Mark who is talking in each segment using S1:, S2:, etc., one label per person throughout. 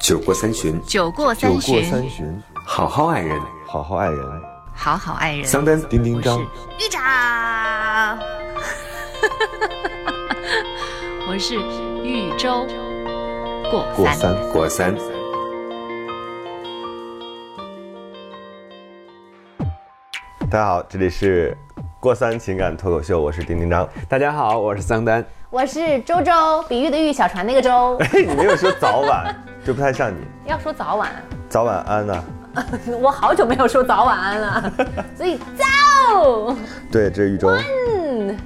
S1: 酒过三巡，
S2: 酒过
S3: 酒
S2: 三
S3: 过
S2: 巡，
S3: 三巡，
S1: 好好爱人。
S3: 好好爱人。
S2: 好好爱人。
S1: 桑丹，
S3: 丁丁张，
S2: 玉长， 我是豫州过
S3: 过
S2: 三。
S3: 三。
S1: 果三，
S3: 大家好，这里是过三情感脱口秀，我是丁丁张。
S4: 大家好，我是桑丹。
S5: 我是周周，比喻的喻，小船那个周。
S3: 嘿，哎你没有说早晚，这不太像你。
S5: 要说早晚，
S3: 早晚安啊呐、
S5: 我好久没有说早晚安了，所以早。
S3: 对，这是豫州。
S5: 嗯，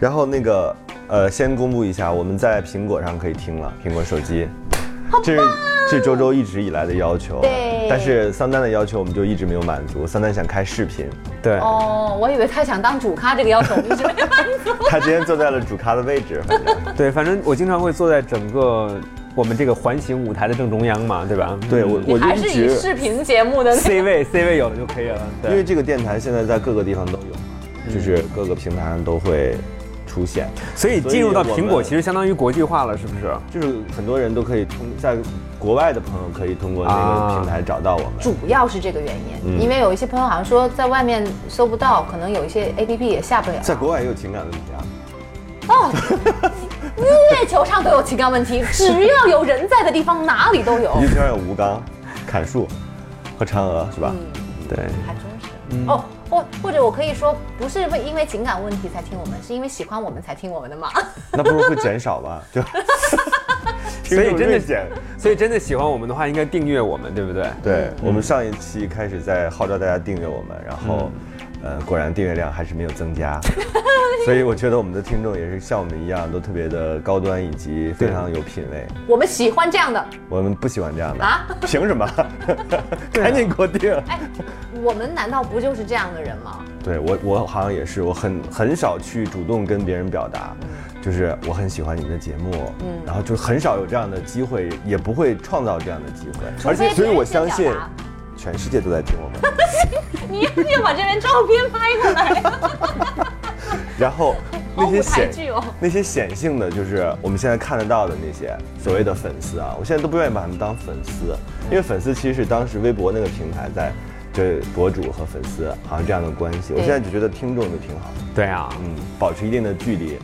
S3: 然后那个呃，先公布一下，我们在苹果上可以听了，苹果手机。这是这是周周一直以来的要求，啊
S5: 对
S3: 但是桑丹的要求我们就一直没有满足。桑丹想开视频，
S4: 对，
S5: 哦，我以为他想当主咖这个要求，我一直没满足。
S3: 他今天坐在了主咖的位置，反正
S4: 对，反正我经常会坐在整个我们这个环形舞台的正中央嘛，对吧？ 嗯
S3: 对我我就
S5: 还
S3: 一
S5: 是以
S3: 直，
S5: 视频节目的那
S4: C 位 C 位有了就可以了。
S3: 因为
S4: 对，
S3: 这个电台现在在各个地方都有嘛，就是各个平台上都会出现，
S4: 所以进入到苹
S3: 所以我
S4: 果
S3: 们
S4: 其实相当于国际化了，是不是？
S3: 就是很多人都可以通在国外的朋友可以通过那个
S4: 啊
S3: 平台找到我们。
S5: 主要是这个原
S3: 嗯
S5: 因，因为有一些朋友好像说在外面搜不到，可能有一些 A P P 也下不了。
S3: 在国外也有情感问题啊，
S5: 哦，月球上都有情感问题，只要有人在的地方，哪里都有
S3: 一。圈有吴刚、砍树和嫦娥，是吧？
S4: 对，
S5: 还真是。
S3: 嗯
S5: 哦，或或者我可以说，不是为因为情感问题才听我们，是因为喜欢我们才听我们的嘛？
S3: 那不如会减少吧？就，
S4: 所以真的
S3: 减。
S4: 所以真的喜欢我们的话，应该订阅我们，对不对？
S3: 对、我们上一期开始在号召大家订阅我们，然后，呃，果然订阅量还是没有增加，所以我觉得我们的听众也是像我们一样，都特别的高端以及非常有品位。
S5: 我们喜欢这样的
S3: 我们不喜欢这样的，
S5: 啊！
S3: 凭什么？赶紧给我订。
S5: 哎，我们难道不就是这样的人吗？
S3: 对我，我好像也是，我很很少去主动跟别人表达，就是我很喜欢你们的节目，
S5: 嗯
S3: 然后就很少有这样的机会，也不会创造这样的机会，而
S5: 非
S3: 且所以
S5: 别人
S3: 我
S5: 先
S3: 相信
S5: 表达
S3: 全世界都在听我 们，
S5: 你要不要把这边照片拍过来？
S3: 然后那些
S5: 好舞台
S3: 显
S5: 剧哦
S3: 那些显性的，就是我们现在看得到的那些所谓的粉丝啊，我现在都不愿意把他们当粉丝，
S5: 嗯
S3: 因为粉丝其实是当时微博那个平台在。对博主和粉丝好像这样的关系，我
S5: 对
S3: 现在只觉得听众就挺好的。
S4: 对啊，
S3: 嗯，保持一定的距离，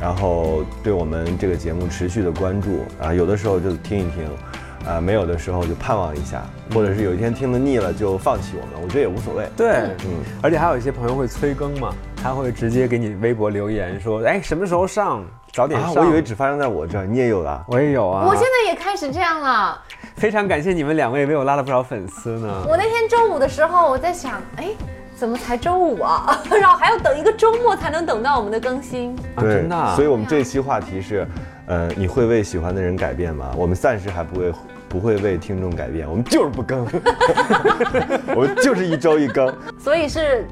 S3: 然后对我们这个节目持续的关注啊，有的时候就听一听，啊，没有的时候就盼望一下，或者是有一天听得腻了就放弃我们，我觉得也无所谓。
S4: 对，嗯，而且还有一些朋友会催更嘛，他会直接给你微博留言说，哎，什么时候上？早点
S3: 啊，
S4: 上。
S3: 我以为只发生在我这儿，你也有啦。
S4: 我也有啊，
S5: 我现在也开始这样了。
S4: 非常感谢你们两位为我拉了不少粉丝呢。
S5: 我那天周五的时候，我在想，哎，怎么才周五啊？ 然后还要等一个周末才能等到我们的更新。
S4: 啊真的啊，
S3: 所以我们这期话题是，呃，你会为喜欢的人改变吗？我们暂时还不会。不会为听众改变，我们就是不更， 我们就是一周一更。
S5: 所以是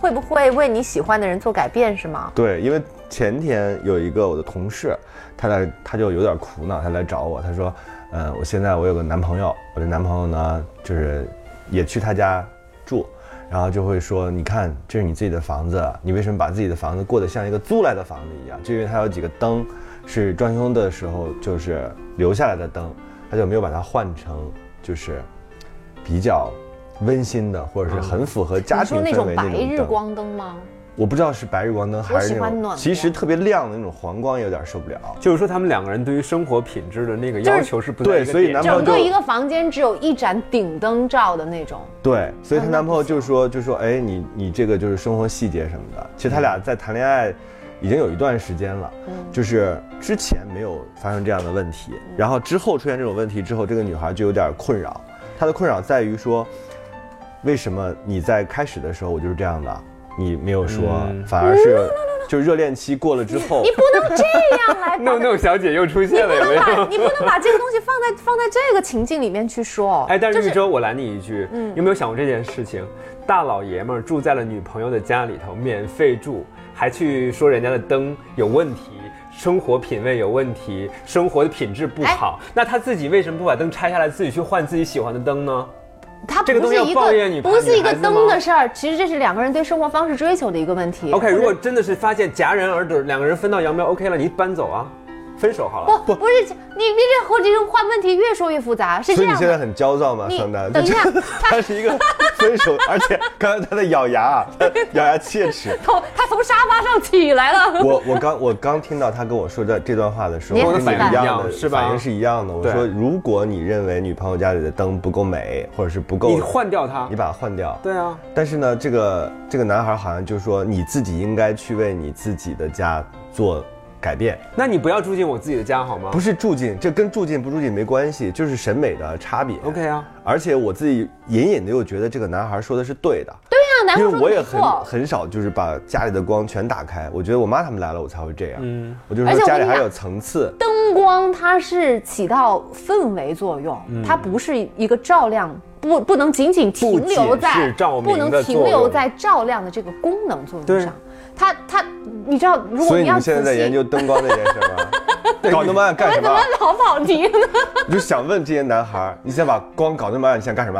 S5: 会不会为你喜欢的人做改变是吗？
S3: 对，因为前天有一个我的同事，他来他就有点苦恼，他来找我，他说，呃，我现在我有个男朋友，我的男朋友呢，就是也去他家住，然后就会说，你看这是你自己的房子，你为什么把自己的房子过得像一个租来的房子一样？就因为他有几个灯是装修的时候就是留下来的灯，他就没有把它换成就是比较温馨的，或者是很符合家
S5: 嗯你
S3: 庭
S5: 说
S3: 氛围
S5: 那种白
S3: 灯
S5: 日光灯吗？
S3: 我不知道是白日光灯还是
S5: 喜
S3: 那
S5: 欢暖
S3: 种，
S5: 光
S3: 其实特别亮的那种黄光，有点受不了。
S4: 就是说他们两个人对于生活品质的那个
S5: 就是
S4: 要求是不在一个
S3: 对所以
S4: 点
S3: 男朋友
S5: 整
S3: 就
S5: 个一个房间只有一盏顶灯照的那种。
S3: 对，所以她
S5: 啊那
S3: 男朋友就说，就说，哎，你你这个就是生活细节什么的。其实他俩在谈恋爱已经有一段时间了，
S5: 嗯
S3: 就是之前没有发生这样的问题，然后之后出现这种问题之后，这个女孩就有点困扰。她的困扰在于说，为什么你在开始的时候我就是这样的，你没有说，
S4: 嗯
S3: 反而是就热恋期过了之后，
S5: 你不能这样 来
S4: No No 小姐又出现了，有没
S5: 把
S4: 有？
S5: 你不能把这个东西放在放在这个情境里面去说。
S4: 哎，但
S5: 就是
S4: 玉州，我拦你一句，
S5: 嗯
S4: 有没有想过这件事情？大老爷们儿住在了女朋友的家里头，免费住，还去说人家的灯有问题，生活品味有问题，生活的品质
S5: 哎
S4: 不好。那他自己为什么不把灯拆下来，自己去换自己喜欢的灯呢？
S5: 它
S4: 这个
S5: 不
S4: 东西
S5: 是
S4: 要
S5: 一
S4: 抱怨你
S5: 个不是一
S4: 怕
S5: 个
S4: 女孩子吗
S5: 灯的事儿，其实这是两个人对生活方式追求的一个问题。
S4: OK，如果真的是发现戛然而止，两个人分道扬镳，OK 了，你搬走啊。分手好
S5: 不
S4: 了。
S5: 不是你你这和这种话问题越说越复杂，是
S3: 所
S5: 这
S3: 以你
S5: 样
S3: 现
S5: 的。
S3: 在很焦躁吗，
S5: 你
S3: 双丹？
S5: 等一下
S3: 就他是一个分手，而且刚才他在咬牙啊，他咬牙切齿。
S5: 从他从沙发上起来了，
S3: 我我刚我刚听到他跟我说这这段话的时候，
S5: 你也
S3: 我跟
S5: 很
S3: 你
S5: 反
S3: 一样的，
S4: 感是吧
S3: 反应是一样的。我
S4: 对
S3: 说，如果你认为女朋友家里的灯不够美，或者是不够，
S4: 你换掉他
S3: 你，把它换掉。
S4: 对啊，
S3: 但是呢，这个这个男孩好像就说，你自己应该去为你自己的家做改变，
S4: 那你不要住进我自己的家好吗？
S3: 不是住进，这跟住进不住进没关系，就是审美的差别。
S4: OK 啊，
S3: 而且我自己隐隐的又觉得这个男孩说的是对的，
S5: 对呀、男
S3: 因
S5: 生
S3: 为
S5: 说
S3: 我
S5: 的
S3: 也
S5: 没
S3: 很
S5: 错。
S3: 很少就是把家里的光全打开，我觉得我妈他们来了我才会这样，
S4: 嗯，
S3: 我就
S5: 而且
S3: 说
S5: 我
S3: 家里
S5: 跟你
S3: 还
S5: 讲
S3: 有层次，
S5: 灯光它是起到氛围作用，它不是一个照亮，不不能仅仅停留
S4: 不仅
S5: 在
S4: 是照明
S5: 不能
S4: 的
S5: 停
S4: 作用
S5: 留在照亮的这个功能作用
S4: 对
S5: 上。它它，你知道，如果
S3: 所以
S5: 你
S3: 你
S5: 要
S3: 们现在在
S5: 仔细
S3: 研究灯光这件事 吗？搞那么暗干什
S5: 怎
S3: 么
S5: 么？老跑题呢？
S3: 我就想问这些男孩儿，你想把光搞那么暗，你想干什 么？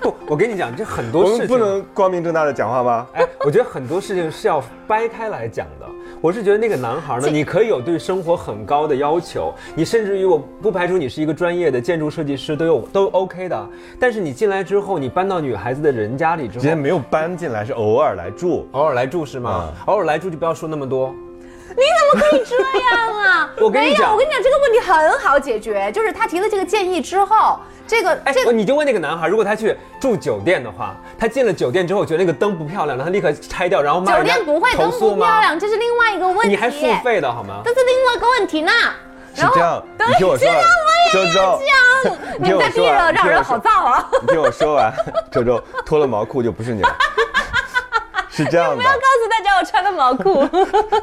S4: 不，我跟你讲，这很多
S3: 我
S4: 事
S3: 们
S4: 情
S3: 不能光明正大的讲话吗？
S4: 哎，我觉得很多事情是要掰开来讲的。我是觉得那个男孩呢，
S5: 这
S4: 你可以有对生活很高的要求，你甚至于我不排除你是一个专业的建筑设计师，都有都 OK 的。但是你进来之后，你搬到女孩子的人家里之
S3: 今天
S4: 后，
S3: 没有搬进来，是偶尔来住。
S4: 偶尔来住是吗？偶尔来住就不要说那么多。？
S5: 你这样啊
S4: 我跟你
S5: 没有
S4: 讲
S5: 我跟你讲，这个问题很好解决，就是他提了这个建议之后，这个
S4: 哎
S5: 这，个。
S4: 你就问那个男孩，如果他去住酒店的话，他进了酒店之后觉得那个灯不漂亮，然后他立刻拆掉，然后骂
S5: 酒
S4: 人家
S5: 店不会
S4: 投
S5: 灯
S4: 诉
S5: 不
S4: 吗
S5: 漂？亮，这是另外一个问题。
S4: 你还付费的好吗？
S5: 这是另外一个问题呢。
S3: 是这样，你听我说
S5: 啊
S3: 完，周周， 你
S5: 你
S3: 听我
S5: 在地
S3: 说完，
S5: 上
S3: 你听
S5: 让
S3: 我说
S5: 人好燥啊！
S3: 你听我说完，周周脱了毛裤就不是你了。 是这样的，
S5: 告诉大家我穿的 毛裤，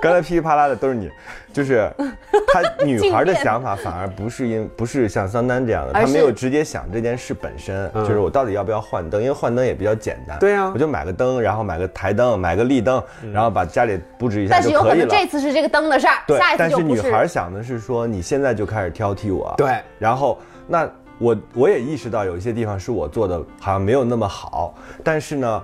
S3: 刚才噼里啪啦的都是你，就是 她女孩的
S5: 镜片
S3: 想法反而不是因不是像桑丹这样的，
S5: 而
S3: 她
S5: 是
S3: 没有直接想这件事本身，就是我到底要不要换灯，因为换灯也比较简单，
S4: 嗯对啊嗯
S3: 我就买个灯，然后买个台灯，买个立灯，然后把家里布置一下
S5: 但
S3: 就是
S5: 有
S3: 可
S5: 可
S3: 以
S5: 能
S3: 了。
S5: 这次是这个灯的事儿，
S3: 对
S5: 下，一次
S3: 但
S5: 就是不
S3: 女
S5: 是。
S3: 孩想的是说，你现在就开始挑剔我，
S4: 对
S3: 然后那我我也意识到有一些地方是我做的好像没有那么好，但是呢，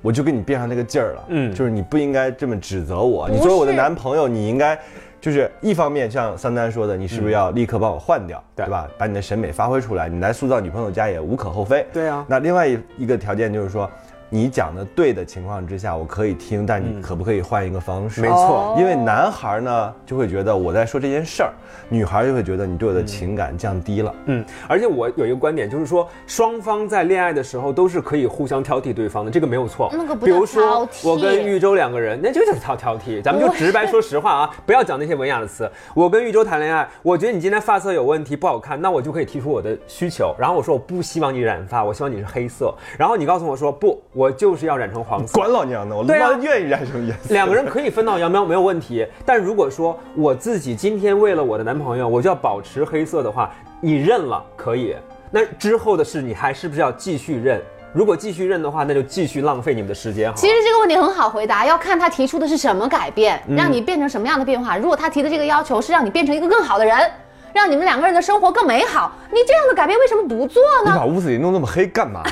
S3: 我就跟你变上那个劲儿了，
S4: 嗯
S3: 就是你不应该这么指责我，
S5: 不
S3: 你作为我的
S5: 是
S3: 男朋友，你应该。就是一方面，像桑丹说的，你是不是要立刻帮我换掉，
S4: 对
S3: 对吧？把你的审美发挥出来，你来塑造女朋友家也无可厚非。
S4: 对啊
S3: 那另外一一个条件就是说，你讲的对的情况之下，我可以听，但
S5: 嗯
S3: 你可不可以换一个方式？
S4: 没错，
S5: 哦
S3: 因为男孩呢就会觉得我在说这件事儿，女孩就会觉得你对我的情感降低了。
S4: 嗯，而且我有一个观点，就是说双方在恋爱的时候都是可以互相挑剔对方的，这个没有错。
S5: 那个不
S4: 比如
S5: 叫
S4: 说
S5: 挑剔
S4: 我跟玉州两个人，那这就是挑挑剔，咱们就直白说实话啊， 不要讲那些文雅的词。我跟玉州谈恋爱，我觉得你今天发色有问题，不好看，那我就可以提出我的需求，然后我说我不希望你染发，我希望你是黑色，然后你告诉我说不，我就是要染成
S5: 嗯
S4: 黄色。
S3: 管老娘呢，我他
S4: 对啊
S3: 妈愿意染什么颜色。
S4: 两个人可以分道扬镳没有问题，但如果说我自己今天为了我的男朋友，我就要保持黑色的话，你认了可以，那之后的事你还是不是要继续认？如果继续认的话，那就继续浪费你们的时间好了。
S5: 其实这个问题很好回答，要看他提出的是什么改变，
S3: 嗯
S5: 让你变成什么样的变化。如果他提的这个要求是让你变成一个更好的人，让你们两个人的生活更美好，你这样的改变为什么不做
S3: 你
S5: 呢？
S3: 把屋子里弄那么黑干 嘛？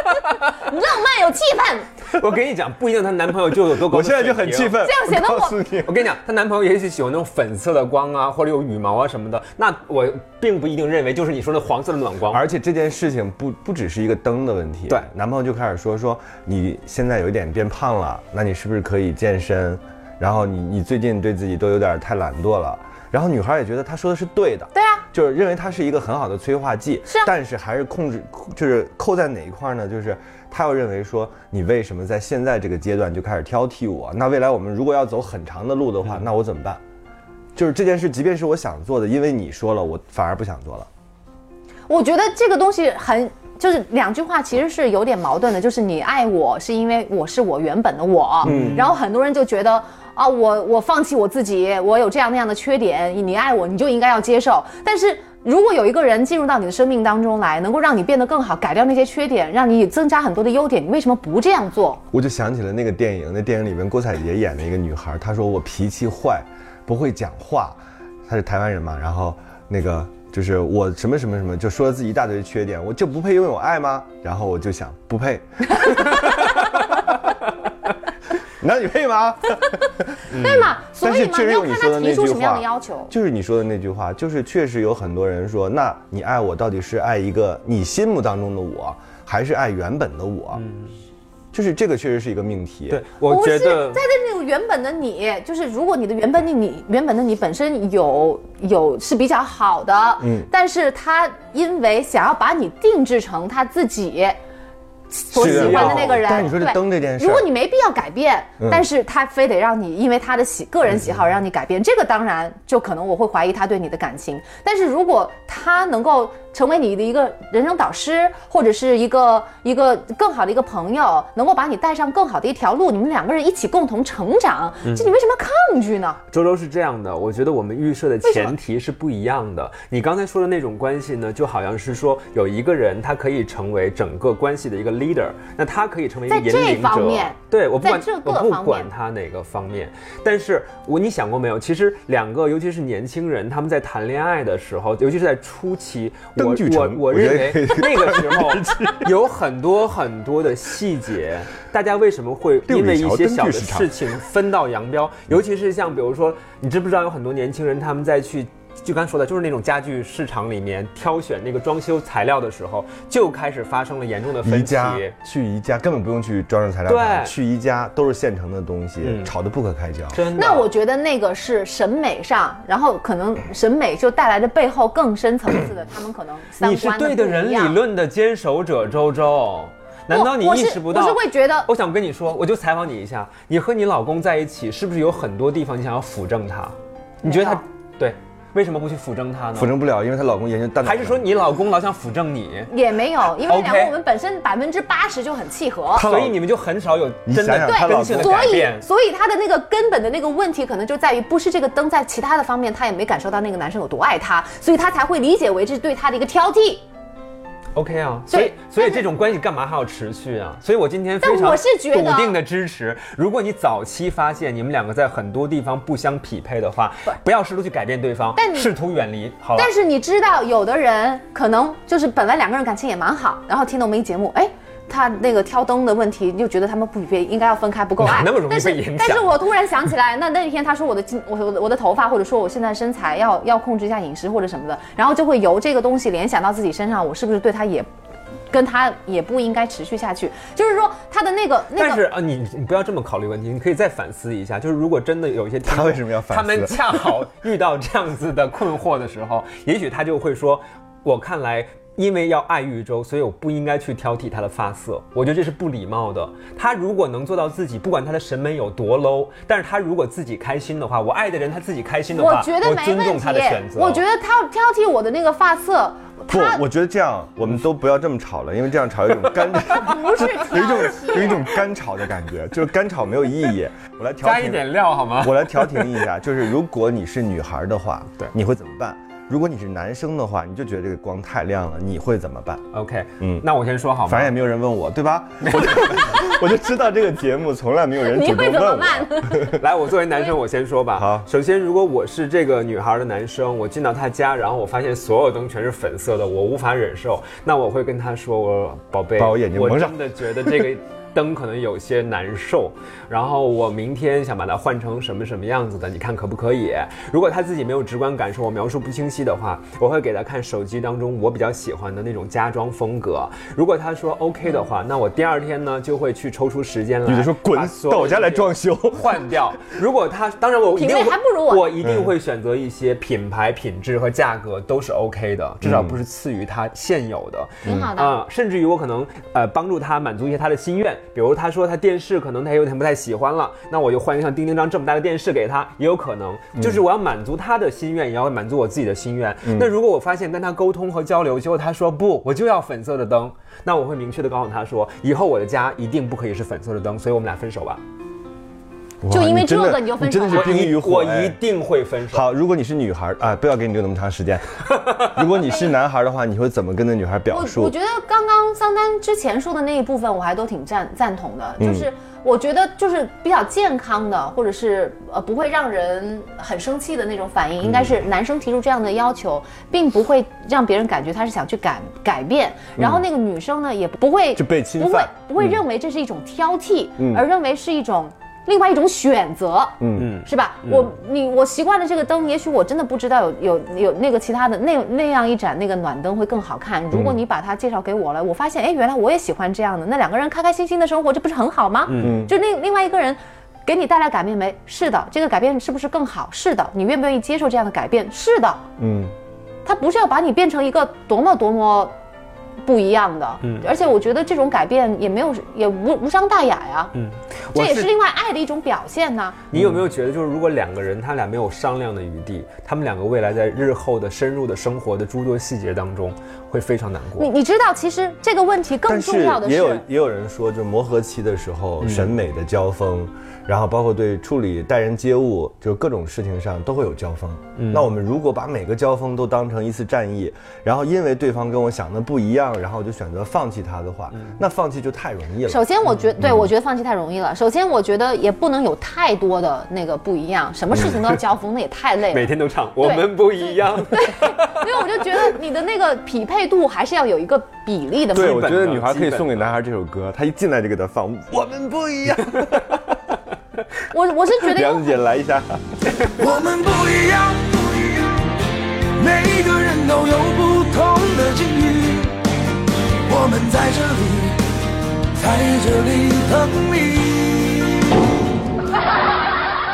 S5: 浪漫有气 氛，
S4: 我跟你讲，不一定她男朋友就有多高。
S3: 我现在就很气。愤。
S5: 这样显得我
S3: 告诉你，
S4: 我跟你讲，她男朋友也许喜欢那种粉色的光啊，或者有羽毛啊什么的。那我并不一定认为就是你说的黄色的暖光。
S3: 而且这件事情不不只是一个灯的问题。
S4: 对
S3: 男朋友就开始说说你现在有一点变胖了，那你是不是可以健身？然后你你最近对自己都有点太懒惰了。然后女孩也觉得他说的是对的。
S5: 对啊，
S3: 就是认为它是一个很好的催化剂，
S5: 是啊
S3: 但是还是控制，就是扣在哪一块呢？就是他又认为说，你为什么在现在这个阶段就开始挑剔我？那未来我们如果要走很长的路的话，那我怎么办？就是这件事，即便是我想做的，因为你说了，我反而不想做了。
S5: 我觉得这个东西很。就是两句话其实是有点矛盾的，就是你爱我是因为我是我原本的我，
S3: 嗯
S5: 然后很多人就觉得啊，我我放弃我自己，我有这样那样的缺点，你爱我你就应该要接受。但是如果有一个人进入到你的生命当中来，能够让你变得更好，改掉那些缺点，让你增加很多的优点，你为什么不这样做？
S3: 我就想起了那个电影，那电影里面郭采洁演的一个女孩，她说我脾气坏，不会讲话，她是台湾人嘛，然后那个就是我什么什么什么，就说了自己一大堆缺点，我就不配拥有爱吗？然后我就想不配， 那你配吗？
S5: 对嘛？所
S3: 嗯但
S5: 以
S3: 是确
S5: 嘛，你
S3: 实
S5: 要
S3: 有你
S5: 看
S3: 说
S5: 他
S3: 的那
S5: 提
S3: 句
S5: 出什么样
S3: 话
S5: 的要求，。
S3: 就是你说的那句话，就是确实有很多人说，那你爱我到底是爱一个你心目当中的我，还是爱原本的我？
S5: 嗯
S3: 就是这个确实是一个命题。
S4: 对，，我
S5: 不
S4: 觉
S5: 是
S4: 得
S5: 在那种原本的你，就是如果你的原本你你原本的你本身有有是比较好的，
S3: 嗯
S5: 但是他因为想要把你定制成他自己所喜
S3: 是
S5: 欢的那个人，
S3: 但是你说这
S5: 对
S3: 灯这件事儿，
S5: 如果你没必要改变，
S3: 嗯
S5: 但是他非得让你因为他的喜个人
S4: 嗯
S5: 喜好让你改变，这个当然就可能我会怀疑他对你的感情。但是如果他能够成为你的一个人生导师，或者是一个一个更好的一个朋友，能够把你带上更好的一条路，你们两个人一起共同成长，
S4: 嗯
S5: 这你为什么要抗拒呢？
S4: 周周是这样的，我觉得我们预设的
S5: 什么
S4: 前提是不一样的。你刚才说的那种关系呢，就好像是说有一个人他可以成为整个关系的一个 leader，那他可以成为一个
S5: 在
S4: 引
S5: 这
S4: 领
S5: 方
S4: 者
S5: 面。
S4: 对我不
S5: 在
S4: 管
S5: 这
S4: 我
S5: 个
S4: 不
S5: 方
S4: 管
S5: 面
S4: 他哪个方面，但是我你想过没有？其实两个，尤其是年轻人，他们在谈恋爱的时候，尤其是在初期，我
S3: 灯具
S4: 我
S3: 城
S4: 我
S3: 我觉
S4: 认
S3: 得
S4: 为
S3: 可以
S4: 那个时 候有很多很多的细节，大家为什么会
S3: 六
S4: 因
S3: 里
S4: 为一
S3: 桥
S4: 些
S3: 灯具
S4: 小的
S3: 市场
S4: 事情分道扬镳，尤其是像比如说，你知不知道有很多年轻人他们在去。就刚才说的，就是那种家具市场里面挑选那个装修材料的时候，就开始发生了严重的分
S3: 宜
S4: 歧。
S3: 家去宜家根本不用去装饰材料
S4: 对
S3: 厂，去宜家都是现成的东西，
S4: 嗯
S3: 炒得不可开交。
S4: 真的，
S5: 那我觉得那个是审美上，然后可能审美就带来的背后更深层次的，他们可能三
S4: 你是
S5: 观
S4: 对
S5: 的
S4: 的
S5: 不
S4: 人
S5: 一
S4: 理
S5: 样。
S4: 论的坚守者，周周，难道你
S5: 我
S4: 意
S5: 是
S4: 识不到？
S5: 我是会觉得
S4: 我想跟你说，我就采访你一下，你和你老公在一起，是不是有很多地方你想要辅正他？你觉得他对，为什么不去辅正他呢？
S3: 辅正不了，因为她老公研究大脑。
S4: 还是说你老公老想辅正你，
S5: 也没有，因为
S4: OK
S5: 两个我们本身百分之八十就很契合，
S3: 她老
S4: 所以你们就很少有
S3: 你
S4: 真
S3: 想
S4: 的
S3: 想她
S4: 根
S3: 老
S4: 性的
S3: 公
S5: 所
S4: 改
S5: 以
S4: 变。
S5: 所以他的那个根本的那个问题，可能就在于不是这个灯在其他的方面，他也没感受到那个男生有多爱他，所以他才会理解为这是对他的一个挑剔。
S4: OK 啊，所以
S5: 对
S4: 所以这种关系干嘛还要持续啊？所以我今天非
S5: 但
S4: 常
S5: 我是觉得
S4: 笃定的支持，如果你早期发现你们两个在很多地方不相匹配的话
S5: 不，
S4: 不要试图去改变对方，
S5: 但你
S4: 试图远离。好了，
S5: 但是你知道，有的人可能就是本来两个人感情也蛮好，然后听到我们一节目，哎。他那个挑灯的问题，你就觉得他们不匹配，应该要分开，不够爱。
S4: 哪那么容易
S5: 但是
S4: 被啊影响
S5: 但是我突然想起来，那那天他说我的金，我的我的头发，或者说我现在身材要要控制一下饮食或者什么的，然后就会由这个东西联想到自己身上，我是不是对他也，跟他也不应该持续下去？就是说他的那个那个，
S4: 但是啊，你你不要这么考虑问题，你可以再反思一下。就是如果真的有一些听众
S3: 他为什么要反思
S4: 他们恰好遇到这样子的困惑的时候，也许他就会说：“我看来，因为要爱玉州，所以我不应该去挑剔她的发色。我觉得这是不礼貌的。他如果能做到自己，不管他的审美有多 low，但是他如果自己开心的话，我爱的人他自己开心的
S5: 我
S4: 话，
S5: 觉得没
S4: 啊尊
S5: 问
S4: 重
S5: 题
S4: 他的选。择。
S5: 我觉得他挑剔我的那个发色，
S3: 不
S5: 他，
S3: 我觉得这样我们都不要这么吵了，因为这样吵有一种干，
S5: 不是
S3: 有一
S5: 挑
S3: 种有一
S5: 剔。
S3: 种干吵的感觉，就是干吵没有意义。我来调
S4: 加
S3: 停
S4: 一点料好吗？
S3: 我来调停一下，就是如果你是女孩的话，
S4: 对
S3: 你会怎么办？如果你是男生的话，你就觉得这个光太亮了，你会怎么办？
S4: OK，嗯
S3: 嗯，
S4: 那我先说好吗？
S3: 反正也没有人问我，对吧？我就 我就知道这个节目从来没有人主
S5: 你
S3: 动
S5: 会
S3: 问
S5: 怎么
S3: 我。
S5: 办？
S4: 嗯 来，我作为男生，我先说吧。
S3: 好
S4: 首先，如果我是这个女孩的男生，我进到她家，然后我发现所有灯全是粉色的，我无法忍受，那我会跟她说：“我宝贝，
S3: 把我眼睛蒙上
S4: 真的觉得这个灯可能有些难受，然后我明天想把它换成什么什么样子的，你看可不可以？如果她自己没有直观感受，我描述不清晰的话，我会给她看手机当中我比较喜欢的那种家装风格。如果她说 OK 的话，那我第二天呢就会去抽出时间来，
S3: 女的说滚
S4: 把所有
S3: 到我家
S4: 的
S3: 来
S4: 这个
S3: 装修。
S4: 换掉。如果他当然我一定
S5: 品味
S4: 会
S5: 还不如我
S4: 一定会选择一些品牌、品质和价格都是 OK 的，至少不是次于他现有的。
S5: 挺好的。
S4: 啊、甚至于我可能呃帮助他满足一些他的心愿，比如他说他电视可能他有点不太喜欢了，那我就换一个像叮叮张这么大的电视给他，也有可能，
S5: 嗯
S4: 就是我要满足他的心愿，也要满足我自己的心愿。那如果我发现跟他沟通和交流，结果他说不，我就要粉色的灯，那我会明确的告诉他说，以后我的家一定不可以是粉色的灯，所以我们俩分手吧。
S3: 哇
S5: 就因为
S3: 你真的
S5: 这个你就分手
S3: 真的是
S5: 了
S3: 冰与火。
S4: 我
S3: 哎
S4: 一定会分手。
S3: 好，如果你是女孩啊，不要给你留那么长时 间。如果你是男孩的话，你会怎么跟那女孩表
S5: 我我
S3: 述
S5: 觉？得刚刚桑丹之前说的那一部分，我还都挺赞赞同的，
S3: 嗯
S5: 就是我觉得就是比较健康的，或者是呃不会让人很生气的那种反应，应
S3: 嗯
S5: 该是男生提出这样的要求，并不会让别人感觉他是想去改改变，然后
S3: 嗯
S5: 那个女生呢也不会
S3: 就被侵
S5: 不会
S3: 犯嗯
S5: 不会认为这是一种挑剔，而认为是一种。另外一种选择，
S3: 嗯
S4: 嗯，
S5: 是吧？我你我习惯了这个灯，也许我真的不知道有有有那个其他的那那样一盏那个暖灯会更好看。如
S3: 嗯
S5: 果你把它介绍给我了，我发现哎，原来我也喜欢这样的，那两个人开开心心的生活，这不是很好吗？
S3: 嗯
S5: 就另另外一个人。给你带来改变没？是的，这个改变是不是更好？是的，你愿不愿意接受这样的改变？是的，
S3: 嗯
S5: 他不是要把你变成一个多么多么不一样的，
S4: 嗯
S5: 而且我觉得这种改变也没有也无无伤大雅呀，
S4: 嗯，
S5: 这
S4: 我
S5: 也是另外爱的一种表现呐、
S4: 你有没有觉得，就是如果两个人他俩没有商量的余地，他们两个未来在日后的深入的生活的诸多细节当中会非常难
S5: 你
S4: 过？
S5: 你知道，其实这个问题更
S3: 但
S5: 重
S3: 是
S5: 要的
S3: 也
S5: 是，
S3: 有也有人说，就磨合期的时候，审美的交锋，然后包括对处理待人接物，就各种事情上都会有交锋。那我们如果把每个交锋都当成一次战役，然后因为对方跟我想的不一样，然后我就选择放弃他的话，那放弃就太容易了。
S5: 首先，我觉对我觉得放弃太容易了。首先，我觉得也不能有太多的那个不一样，什么事情都要交锋，那也 太累了
S4: 每。天都唱，我们不一样。
S5: 因为我就觉得你的那个匹配度还是要有一个比例的嘛。
S3: 对，
S4: 基
S3: 我
S4: 本
S3: 觉
S4: 的
S3: 得女孩可
S4: 基
S3: 以
S4: 本
S3: 送给
S4: 的
S3: 男孩这首歌，他一进来就给他放，我们不一样。
S5: 我我是 觉得有
S3: 梁子姐来一 下，
S1: 我们不一样，每个人都有不同的境遇。我们在这里，在这里等你。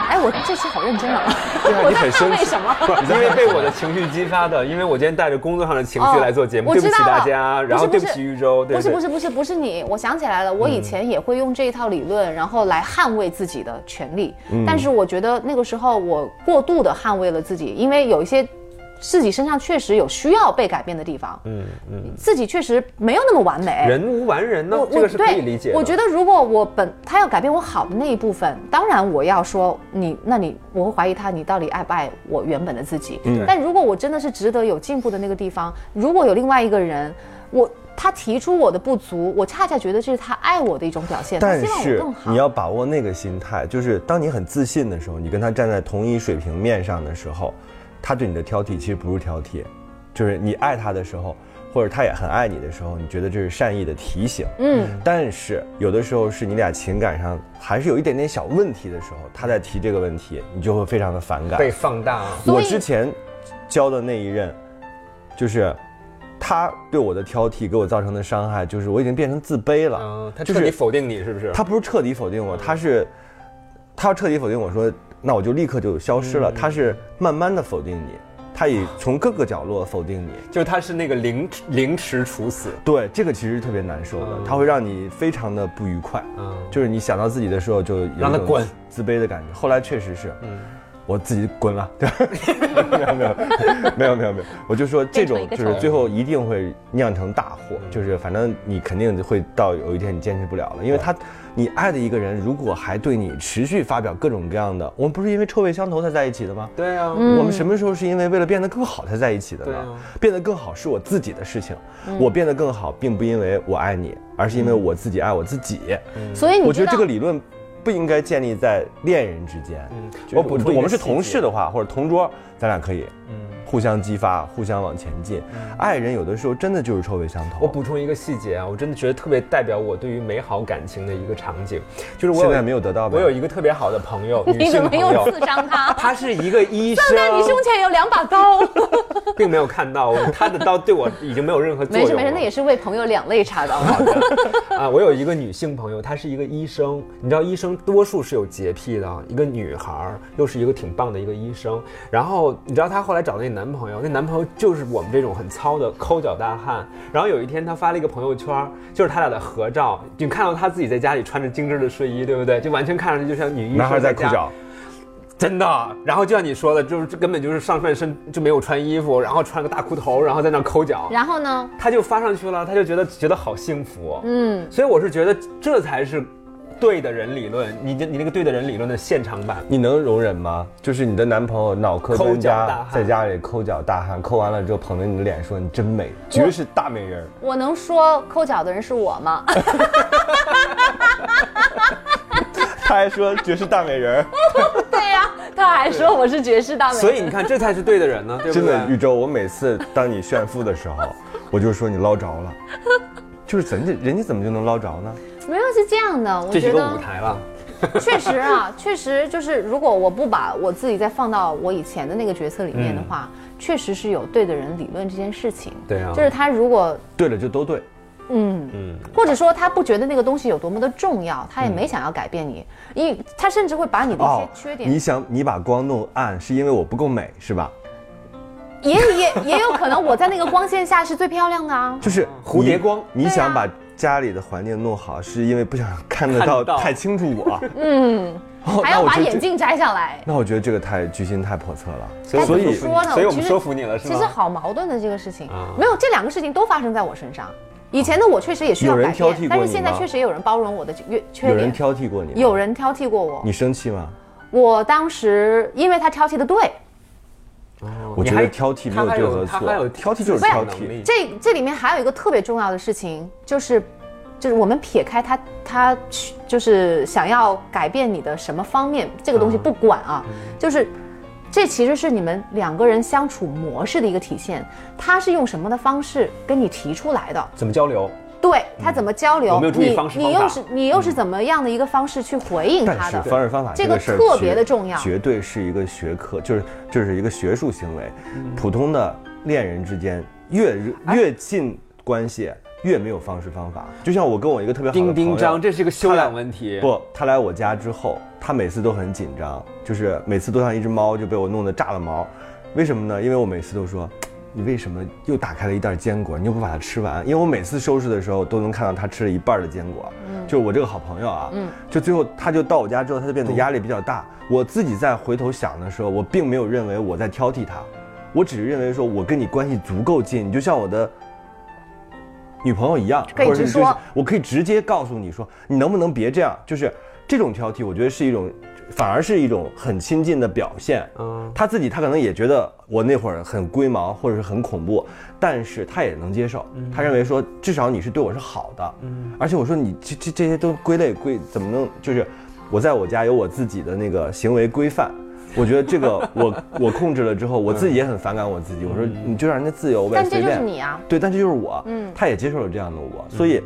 S5: 哎，我这期好认真啊！
S3: 啊
S5: 我
S3: 你
S5: 在
S3: 很
S5: 捍
S3: 生
S5: 卫
S3: 气
S5: 什么？
S4: 因为被我的情绪激发的，因为我今天带着工作上的情绪来做节目，
S5: 哦
S4: 对不起
S5: 我知道了
S4: 大家，然后
S5: 不
S4: 对
S5: 是
S4: 不起玉州，对
S5: 不是
S4: 对嗯
S5: 不是不是不是你，我想起来了，我以前也会用这一套理论，然后来捍卫自己的权利。
S4: 嗯
S5: 但是我觉得那个时候我过度的捍卫了自己，因为有一些自己身上确实有需要被改变的地方，嗯嗯，自己确实没有那么完美。
S4: 人无完人呢
S5: 我，
S4: 这
S5: 我
S4: 个是可以
S5: 对
S4: 理解的。
S5: 我觉得如果我本他要改变我好的那一部分，当然我要说你，那你我会怀疑他，你到底爱不爱我原本的自己？但如果我真的是值得有进步的那个地方，如果有另外一个人，我他提出我的不足，我恰恰觉得这是他爱我的一种表现，他
S3: 但
S5: 希望我
S3: 是
S5: 更好
S3: 你。要把握那个心态，就是当你很自信的时候，你跟他站在同一水平面上的时候，他对你的挑剔其实不是挑剔，就是你爱他的时候，或者他也很爱你的时候，你觉得这是善意的提醒。
S5: 嗯，
S3: 但是有的时候是你俩情感上还是有一点点小问题的时候，他在提这个问题，你就会非常的反感。
S4: 被放大啊，
S5: 所以
S3: 我之前教的那一任，就是他对我的挑剔给我造成的伤害，就是我已经变成自卑了。
S4: 嗯，他
S3: 就
S4: 彻底
S3: 是
S4: 否定你是不是？
S3: 他不是彻底否定我，他是他要彻底否定我说，那我就立刻就消
S5: 嗯
S3: 失了。他是慢慢的否定你，他以从各个角落否定你。
S4: 就是他是那个凌凌迟处死，
S3: 对，这个其实特别难受的
S5: 哦
S4: 嗯，
S3: 它会让你非常的不愉快。
S4: 嗯，
S3: 就是你想到自己的时候，就有一
S4: 让他
S3: 种
S4: 滚
S3: 自卑的感觉。后来确实是，
S4: 嗯
S3: 我自己滚 了，对，没有没有没有没有没有，我就说这种
S5: 变成一
S3: 就
S5: 个
S3: 是最后一定会酿成大祸，
S4: 嗯
S3: 就是反正你肯定会到有一天你坚持不了了，因为他
S4: 嗯
S3: 你爱的一个人如果还对你持续发表各种各样的，我们不是因为臭味相投才在一起的吗？
S4: 对啊，
S5: 嗯
S3: 我们什么时候是因为为了变得更好才在一起的呢
S4: 对啊？
S3: 变得更好是我自己的事情，
S5: 嗯
S3: 我变得更好并不因为我爱你，而是因为
S4: 嗯
S3: 我自己爱我自己。
S5: 所以你
S3: 我觉
S5: 嗯知
S3: 得
S5: 道
S3: 这个理论不应该建立在恋人之间。
S5: 嗯
S3: 就是
S4: 嗯我补充一个
S3: 我们是
S4: 细
S3: 同
S4: 节嗯
S3: 事的话，或者同桌，咱俩可以，互相激发，互相往前进。爱人有的时候真的就是臭味相投。
S4: 我补充一个细节啊，我真的觉得特别代表我对于美好感情的一个场景，就是我
S3: 现在没有得到呗
S4: 我有一个特别好的朋友，女
S5: 你怎
S4: 性
S5: 么
S4: 朋
S5: 又
S4: 友，啊
S5: 刺伤他？
S4: 她是一个医生，
S5: 放在你胸前有两把刀。
S4: 并没有看到她的刀对我已经没有任何作
S5: 没
S4: 用了。
S5: 事没事，那也是为朋友两肋插刀。
S4: 啊，我有一个女性朋友，她是一个医生，你知道医生多数是有洁癖的，一个女孩儿，又是一个挺棒的一个医生。然后你知道她后来找那男朋友，那男朋友就是我们这种很糙的抠脚大汉。然后有一天她发了一个朋友圈儿，就是他俩的合照，你看到她自己在家里穿着精致的睡衣，对不对？就完全看上去就像女医生
S3: 男孩在
S4: 家
S3: 裤衩，
S4: 真的。然后就像你说的，就是这根本就是上半身就没有穿衣服，然后穿个大裤头，然后在那儿抠脚。
S5: 然后呢？
S4: 她就发上去了，她就觉得觉得好幸福，
S5: 嗯，
S4: 所以我是觉得这才是对的人理论，你这你那个对的人理论的现场版。
S3: 你能容忍吗？就是你的男朋友脑科
S4: 抠
S3: 专
S4: 脚大
S3: 家
S4: 汉
S3: 在家里抠脚大汉，抠完了之后捧着你的脸说你真美，绝是大美 人儿。
S5: 我能说抠脚的人是我吗？
S3: 他还说绝是大美人儿。
S5: 对呀、他还说我是绝世大美。
S4: 所以你看，这才是对的人呢，对 不
S3: 真
S4: 对？
S3: 的，宇宙，我每次当你炫富的时候，我就说你捞着了，就是怎人家人家怎么就能捞着呢？
S5: 没有是这样的，我
S4: 这是一
S5: 觉
S4: 个
S5: 得
S4: 舞台了，
S5: 确实啊， 确实就是，如果我不把我自己再放到我以前的那个角色里面的话，确实是有对的人理论这件事情。
S4: 嗯对啊
S5: 就是他如果
S3: 对了就都对，
S5: 嗯嗯，或者说他不觉得那个东西有多么的重要，他也
S4: 嗯
S5: 没想要改变你，因为他甚至会把你的一
S4: 哦
S5: 些缺点，
S3: 哦你想你把光弄暗是因为我不够美是吧？
S5: 嗯也也也有可能我在那个光线下是最漂亮的啊。
S3: 就是
S4: 蝴蝶光
S3: 你，你
S5: 对啊
S3: 想把家里的环境弄好，是因为不想看得到
S4: 看到
S3: 太清楚 我。
S5: 嗯，
S3: 哦那
S5: 还要
S3: 我
S5: 把
S3: 觉得
S5: 眼
S3: 这
S5: 镜摘下来，
S3: 那我觉得这个太居心太叵测了。
S4: 所以我
S3: 所
S4: 们
S3: 以
S4: 说服
S5: 说
S4: 你，
S5: 呢
S4: 所以我们
S5: 其实
S4: 说服你了是
S5: 其实
S4: 吗？
S5: 好矛盾的这个事情
S4: 啊，
S5: 没有这两个事情都发生在我身上。以前的我确实也需要
S3: 有人
S5: 改
S3: 挑剔过
S5: 变，但是
S3: 你
S5: 现在
S3: 吗
S5: 确实也有人包容我的缺缺
S3: 有人
S5: 点，
S3: 挑剔过你吗，
S5: 有人挑剔过我。
S3: 你生气吗？
S5: 我当时因为他挑剔的对，
S3: 我觉
S4: 嗯你还
S3: 得挑剔没有
S4: 他还
S3: 对
S4: 有
S3: 和
S4: 他还有
S3: 错，挑剔就是挑
S4: 自省能
S3: 剔。
S4: 力
S5: 这这里面还有一个特别重要的事情，就是就是我们撇开他他去就是想要改变你的什么方面，这个东西不管啊，
S3: 嗯
S5: 就是。这其实是你们两个人相处模式的一个体现，他是用什么的方式跟你提出来的，
S4: 怎么交流？
S5: 对他怎么交流，
S4: 有没有注意方式
S5: 你你
S4: 方法
S5: 又是你又是怎么样的一个方式去回应
S3: 但
S5: 他
S3: 是
S5: 的？
S3: 方式方法
S5: 这
S3: 个
S5: 个
S3: 事儿
S5: 特别
S3: 绝
S5: 的重要
S3: 绝对是一个学科，就是就是一个学术行为。
S4: 嗯
S3: 普通的恋人之间越
S4: 哎
S3: 越近关系越没有方式方法，就像我跟我一个特别好的朋友
S4: 丁丁张，这是个修养问题。
S3: 不，他来我家之后，他每次都很紧张，就是每次都像一只猫就被我弄得炸了毛。为什么呢？因为我每次都说，你为什么又打开了一袋坚果，你又不把它吃完？因为我每次收拾的时候都能看到他吃了一半的坚果。
S5: 嗯
S3: 就是我这个好朋友啊，就最后他就到我家之后，他就变得压力比较大。我自己在回头想的时候，我并没有认为我在挑剔他，我只是认为说我跟你关系足够近，你就像我的女朋友一样，
S5: 可以
S3: 或者是
S5: 直说
S3: 就是我可以直接告诉你说，你能不能别这样？就是这种挑剔，我觉得是一种，反而是一种很亲近的表现。
S4: 嗯，
S3: 他自己他可能也觉得我那会儿很龟毛或者是很恐怖，但是他也能接受，他认为说至少你是对我是好的，而且我说你这这这些都归类归怎么能就是我在我家有我自己的那个行为规范。我觉得这个我 我控制了之后，我自己也很反感我自己。我说你就让人家自由呗，
S5: 但
S3: 随
S5: 这
S3: 便。
S5: 就是你啊，
S3: 对，但这就是我，
S5: 嗯
S3: 他也接受了这样的我，所以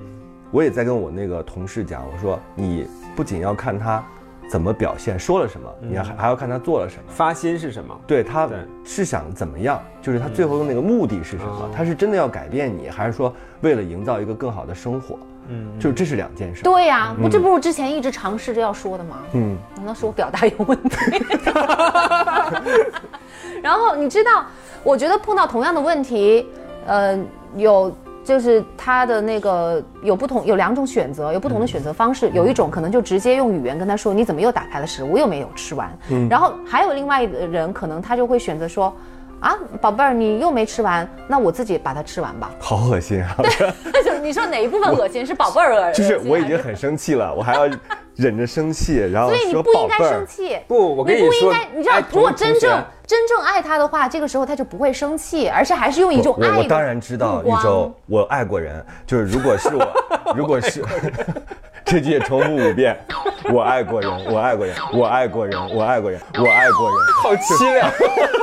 S3: 我也在跟我那个同事讲，我说你不仅要看他怎么表现，说了什么，你还还要看他做了什么。
S4: 发心是什么？
S3: 嗯对嗯他
S4: 对
S3: 是想怎么样，就是他最后的那个目的是什么？他是真的要改变你，还是说为了营造一个更好的生活？嗯，就是这是两件事。
S5: 对呀、不，这不是之前一直尝试着要说的吗？
S3: 嗯，
S5: 难道是我表达有问题？ 然后你知道，我觉得碰到同样的问题，呃，有就是他的那个有不同，有两种选择，有不同的选择方式。有一种可能就直接用语言跟他说：“你怎么又打开了食物，又没有吃完。然后还有另外的人，可能他就会选择说：“啊，宝贝儿，你又没吃完，那我自己把它吃完吧。
S3: 好恶心啊！”
S5: 就是你说哪一部分恶心是宝贝儿 恶
S3: 就
S5: 心？啊
S3: 是我已经很生气了，我还要忍着生气，然后
S5: 所以你
S3: 说
S5: 不应
S3: 宝
S5: 该
S3: 贝
S5: 生
S3: 儿。
S5: 气。
S4: 不，我跟
S5: 你不应
S4: 说
S5: 该，，你知道
S4: 哎，
S5: 如果
S4: 同
S5: 真
S4: 同学
S5: 正真正爱他的话，这个时候他就不会生气，而且还是用一种
S3: 我
S5: 爱的
S3: 我当然知道，
S5: 目
S3: 一
S5: 光
S3: 周我爱过人，就是如果是 我，如果是这句也重复五遍，我爱过人，我爱过人，我爱过人，我爱过人，我爱过人。
S4: 好啊凄凉。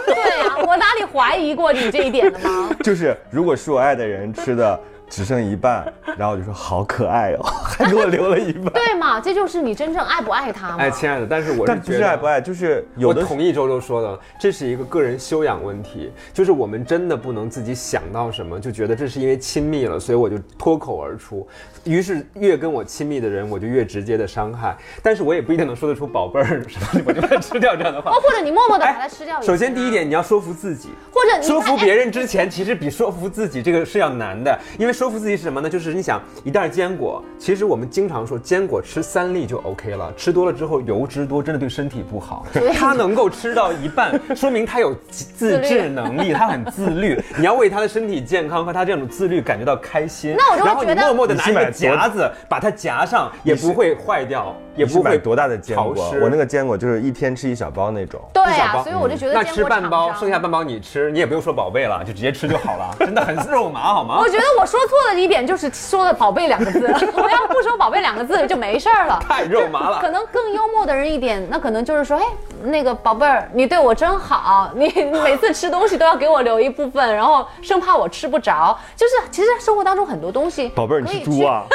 S5: 对呀、我哪里怀疑过你这一点了 吗？
S3: 就是如果是我爱的人吃的只剩一半，然后我就说好可爱哦，还给我留了一半。
S5: 对嘛，这就是你真正爱不爱他嘛？
S4: 哎，亲爱的，但是我
S3: 但
S4: 是
S3: 不
S4: 觉
S3: 是啊
S4: 得
S3: 爱不爱，就是有
S4: 我
S3: 的
S4: 同意周周说的，这是一个个人修养问题，就是我们真的不能自己想到什么就觉得这是因为亲密了，所以我就脱口而出。于是越跟我亲密的人，我就越直接的伤害。但是我也不一定能说得出“宝贝儿”什么，我就把它吃掉这样的话
S5: 哦，。或者你默默的把
S4: 哎
S5: 它吃掉、啊
S4: 首先第一，点，你要说服自己。
S5: 或者你
S4: 说服
S5: 看
S4: 别
S5: 哎
S4: 人之前，其实比说服自己这个是要难的，因为说服自己是什么呢？就是你想一袋坚果，其实我们经常说坚果吃三粒就 OK 了，吃多了之后油脂多，真的对身体不好。他能够吃到一半，说明他有自制能力，他很自律。你要为他的身体健康和他这种自律感觉到开心。
S5: 那我就会
S4: 然后你
S5: 觉得
S4: 默默的
S3: 你
S4: 拿
S3: 是
S4: 一
S3: 买
S4: 个
S3: 多
S4: 夹子把它夹上，也
S3: 你是
S4: 不会坏掉，也
S3: 你是
S4: 不
S3: 买
S4: 会
S3: 多大的坚果
S4: 潮湿？
S3: 我那个坚果就是一天吃一小包那种。
S5: 哎对
S4: 一小
S5: 呀、
S4: 包
S5: 所以我就觉得
S4: 嗯那
S5: 坚
S4: 吃
S5: 果
S4: 半包，
S5: 厂商
S4: 剩下半包你吃，你也不用说宝贝了，就直接吃就好了，真的很肉麻，好吗
S5: 我？觉得我说错了一点，就是说了“宝贝”两个字。 我要不说“宝贝”两个字就没事儿了。
S4: 太肉麻
S5: 可
S4: 了。
S5: 能更幽默的人一点，那可能就是说，哎，那个宝贝儿，你对我真好，你你每次吃东西都要给我留一部分，然后生怕我吃不着。就是其实生活当中很多
S3: 啊
S5: 东西，
S3: 宝贝儿，你是猪！啊！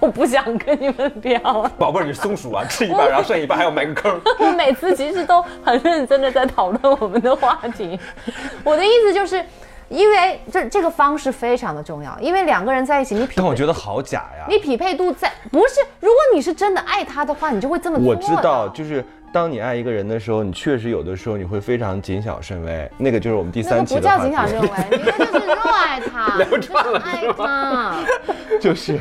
S5: 我不想跟你们聊 了。
S4: 宝贝儿，你是松鼠啊，吃 一半然后剩一半还要埋个坑。
S5: 我每次其实都很认真的在讨论我们的话题。我的意思就是，因为这这个方式非常的重要，因为两个人在一起，你匹
S3: 但我觉得好假呀！
S5: 你匹配度在不是，如果你是真的爱他的话，你就会这么做。
S3: 我知道，，就是当你爱一个人的时候，你确实有的时候你会非常谨小慎微，那个就是我们第
S5: 那个
S3: 三期
S5: 不
S3: 的
S5: 叫
S3: 话题。
S5: 谨小慎微，你那就是热爱他，
S4: 聊
S5: 就是
S4: 串了
S5: 爱
S4: 是吧
S5: 他。
S3: 就是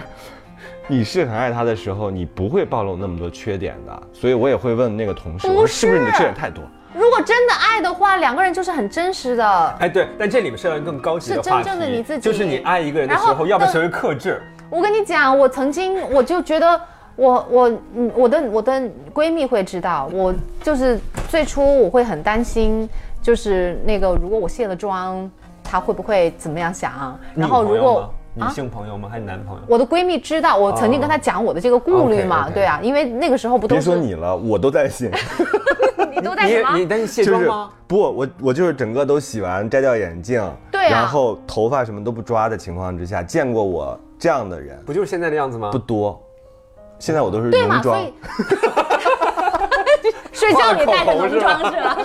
S3: 你是很爱他的时候，你不会暴露那么多缺点的，所以我也会问那个同事，我
S5: 不
S3: 说
S5: 是
S3: 是不是你的缺点太多？
S5: 如果真的爱的话，两个人就是很真实的。
S4: 哎，对，但这里面涉及到更高级的
S5: 是
S4: 话题，
S5: 真正的你自己
S4: 就是你爱一个人的时
S5: 然后
S4: 候，要不要成为克制？
S5: 我跟你讲，我曾经我就觉得我我嗯我的我的闺蜜会知道，我就是最初我会很担心，就是那个如果我卸了妆，她会不会怎么样想？然后如
S4: 你有朋友
S5: 果啊
S4: 吗女性朋友吗？还是男朋友？
S5: 我的闺蜜知道，我曾经跟她讲我的这个顾虑嘛，
S4: 哦 OK，OK
S5: 对啊，因为那个时候不都
S3: 别
S5: 是
S3: 说你了，我都在信。
S5: 你都在什
S4: 你
S5: 么
S4: 你？担心卸
S3: 就
S4: 妆
S3: 是
S4: 吗？
S3: 不，我我就是整个都洗完，摘掉眼镜，
S5: 对啊
S3: 然后头发什么都不抓的情况之下，见过我这样的人
S4: 不就是现在的样子吗？
S3: 不多。现在我都是
S5: 对
S3: 浓
S5: 嘛，所
S3: 妆，
S5: 以 睡觉也带着浓妆是吧？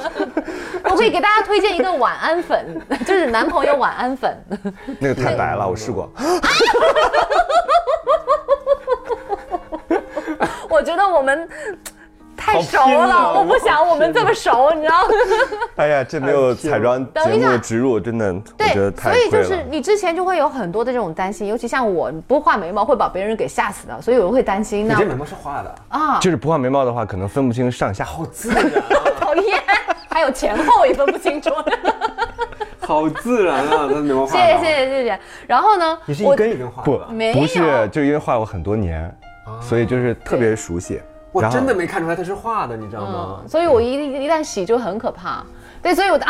S5: 我可以给大家推荐一个晚安粉， 就是男朋友晚安粉。
S3: 那个太白了，我试过。
S5: 我觉得我们太熟
S4: 好拼
S5: 了，
S4: 啊
S5: 我不想我们这么熟，你知道吗？
S3: 哎呀，这没有彩妆
S5: 哎
S3: 节目的植入，真的，我觉得
S5: 对，
S3: 太
S5: 所
S3: 亏
S5: 以就
S3: 了
S5: 是。你之前就会有很多的这种担心，尤其像我不画眉毛会把别人给吓死的，所以我会担心
S4: 你
S5: 呢
S4: 这眉毛是画的，
S5: 啊，
S3: 就是不画眉毛的话，可能分不清上下。
S4: 好自然啊，
S5: 讨厌，还有前后也分不清 楚。
S4: 好自然啊，他眉毛
S5: 谢
S4: 画
S5: 谢
S4: 的。
S5: 谢谢谢谢。然后呢，
S4: 你是一
S5: 我
S4: 根一根画的
S3: 不
S4: 吧？，
S5: 没有
S3: 不是，就因为画过很多年，所以就是特别熟悉。
S4: 我
S3: 然后
S4: 啊真的没看出来他是画的，你知道吗
S5: 嗯，？所以我一一旦洗就很可怕。对，所以 我的，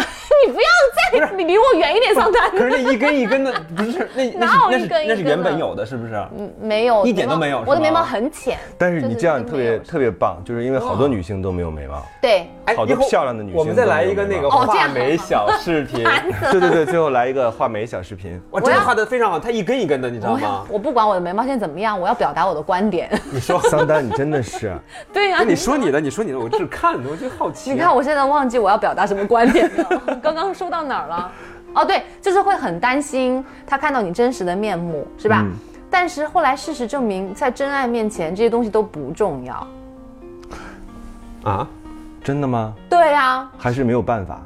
S5: 你不要再，你离我远一点，上单。
S4: 可是那一根 一根的，不是那那
S5: 哪有
S4: 是那
S5: 一根一根啊
S4: 是
S5: 的
S4: 那是原本有的，是不是？
S5: 没有，
S4: 一点都没有
S5: 我的
S4: 是吗
S5: 眉毛很浅。
S3: 但是
S5: 就
S3: 你
S5: 是
S3: 这样
S5: 并
S3: 特
S5: 没有
S3: 别特别棒，就是因为好多女性都没有眉毛。
S5: 对，
S4: 哎
S3: 好多
S4: 一会儿
S3: 漂亮的女性
S4: 我们再来一个那个
S3: 都
S5: 没有眉毛哦这
S4: 画
S5: 样
S4: 眉小视 频。
S5: 啊
S3: 对对对，最后来一个画眉小视频。
S4: 哇，真
S5: 我
S4: 的
S5: 要
S4: 画的非常好，他一根一根的，你知道
S5: 我要
S4: 吗？
S5: 我不管我的眉毛现在怎么样，我要表达我的观点。
S3: 你说桑丹，你真的是，
S5: 对呀、
S4: 哎那你说你的，你说你的，我只是看的，我就好奇。啊
S5: 你看，我现在忘记我要表达什么观点 了。刚刚说到哪儿了？哦，对，就是会很担心他看到你真实的面目，是
S4: 嗯
S5: 吧？但是后来事实证明，在真爱面前，这些东西都不重要。
S4: 啊，
S3: 真的吗？
S5: 对呀、
S3: 还是没有办法？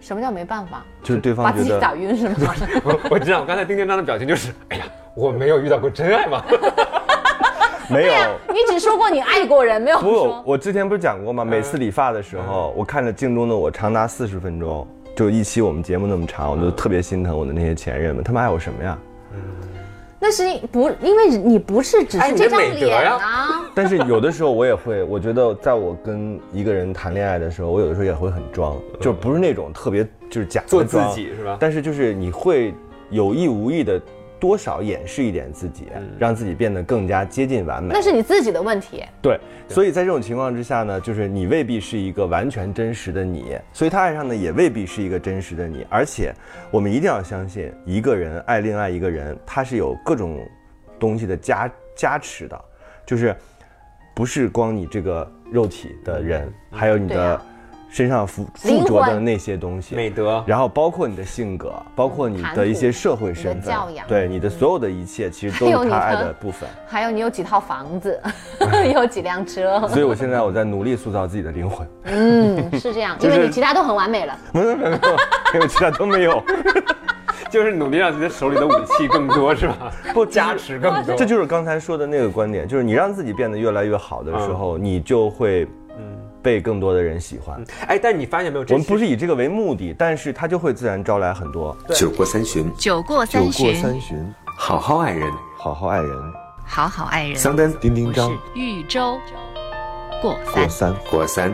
S5: 什么叫没办法？
S3: 就是对
S5: 把
S3: 方
S5: 自
S3: 觉
S5: 己打
S3: 得，
S5: 晕是吗？
S4: 我我知道，我刚才丁丁张的表情就是，哎呀，我没有遇到过真爱嘛。
S3: 没有。
S5: 你只说过你爱过人，没有
S3: 不
S5: 说，
S3: 我之前不是讲
S4: 嗯
S3: 过吗？每次理发的时候，我看着镜中的我长达四十分钟，就一期我们节目那么长，我就特别心疼我的那些前任们，他们爱我什么呀？
S5: 那是因不因为你不是只
S4: 哎
S5: 是
S4: 你
S5: 这
S4: 的
S5: 张
S4: 美德
S5: 脸
S4: 呀
S5: 啊。
S3: 但是有的时候我也会，我觉得在我跟一个人谈恋爱的时候，我有的时候也会很装，就不是那种特别就是假的
S4: 嗯做自
S3: 装
S4: 己是吧
S3: 但是就是你会有意无意的多少掩饰一点自己，
S4: 嗯
S3: 让自己变得更加接近完美
S5: 那。是你自己的问题，
S3: 对，所以在这种情况之下呢，就是你未必是一个完全真实的你，所以他爱上的也未必是一个真实的你。而且，我们一定要相信，一个人爱另外一个人，他是有各种东西的加加持的，就是不是光你这个肉体的人，
S4: 嗯
S3: 还有你
S5: 对
S3: 的
S5: 啊
S3: 身上附
S5: 灵
S3: 附着的
S5: 魂
S3: 那些东西，
S4: 美德，
S3: 然后包括你的性格，包括你
S5: 谈
S3: 的一
S5: 吐
S3: 些社会
S5: 的
S3: 身份
S5: 教养，嗯
S3: 对你的所有的一切，其实都
S5: 还有
S3: 是
S5: 你
S3: 他爱
S5: 的
S3: 的部分。
S5: 还有你有几套房子，
S4: 嗯
S5: 有几辆车，
S3: 所以我现在我在努力塑造自己的灵魂，
S5: 嗯，是这样，因为你其他都很完美了。
S3: 因为其他都没有。
S4: 就是努力让自己的手里的武器更多，是吧？ 不加持更多，
S3: 这就是刚才说的那个观点，就是你让自己变得越来越好的时候，
S4: 嗯
S3: 你就会被更多的人喜欢。
S4: 哎，但你发现没嗯有，这
S3: 我们不
S4: 是
S3: 是以这个为目的，但是它就会自然招来很多。
S6: 酒过三巡，
S2: 酒过
S3: 酒
S2: 三
S3: 过
S2: 巡，
S3: 三巡，
S6: 好好爱人。
S3: 好好爱人，
S2: 好好爱人。
S6: 桑丹、丁丁
S2: 我是
S6: 张
S2: 豫州过
S3: 过
S2: 三。
S3: 三。
S6: 果三。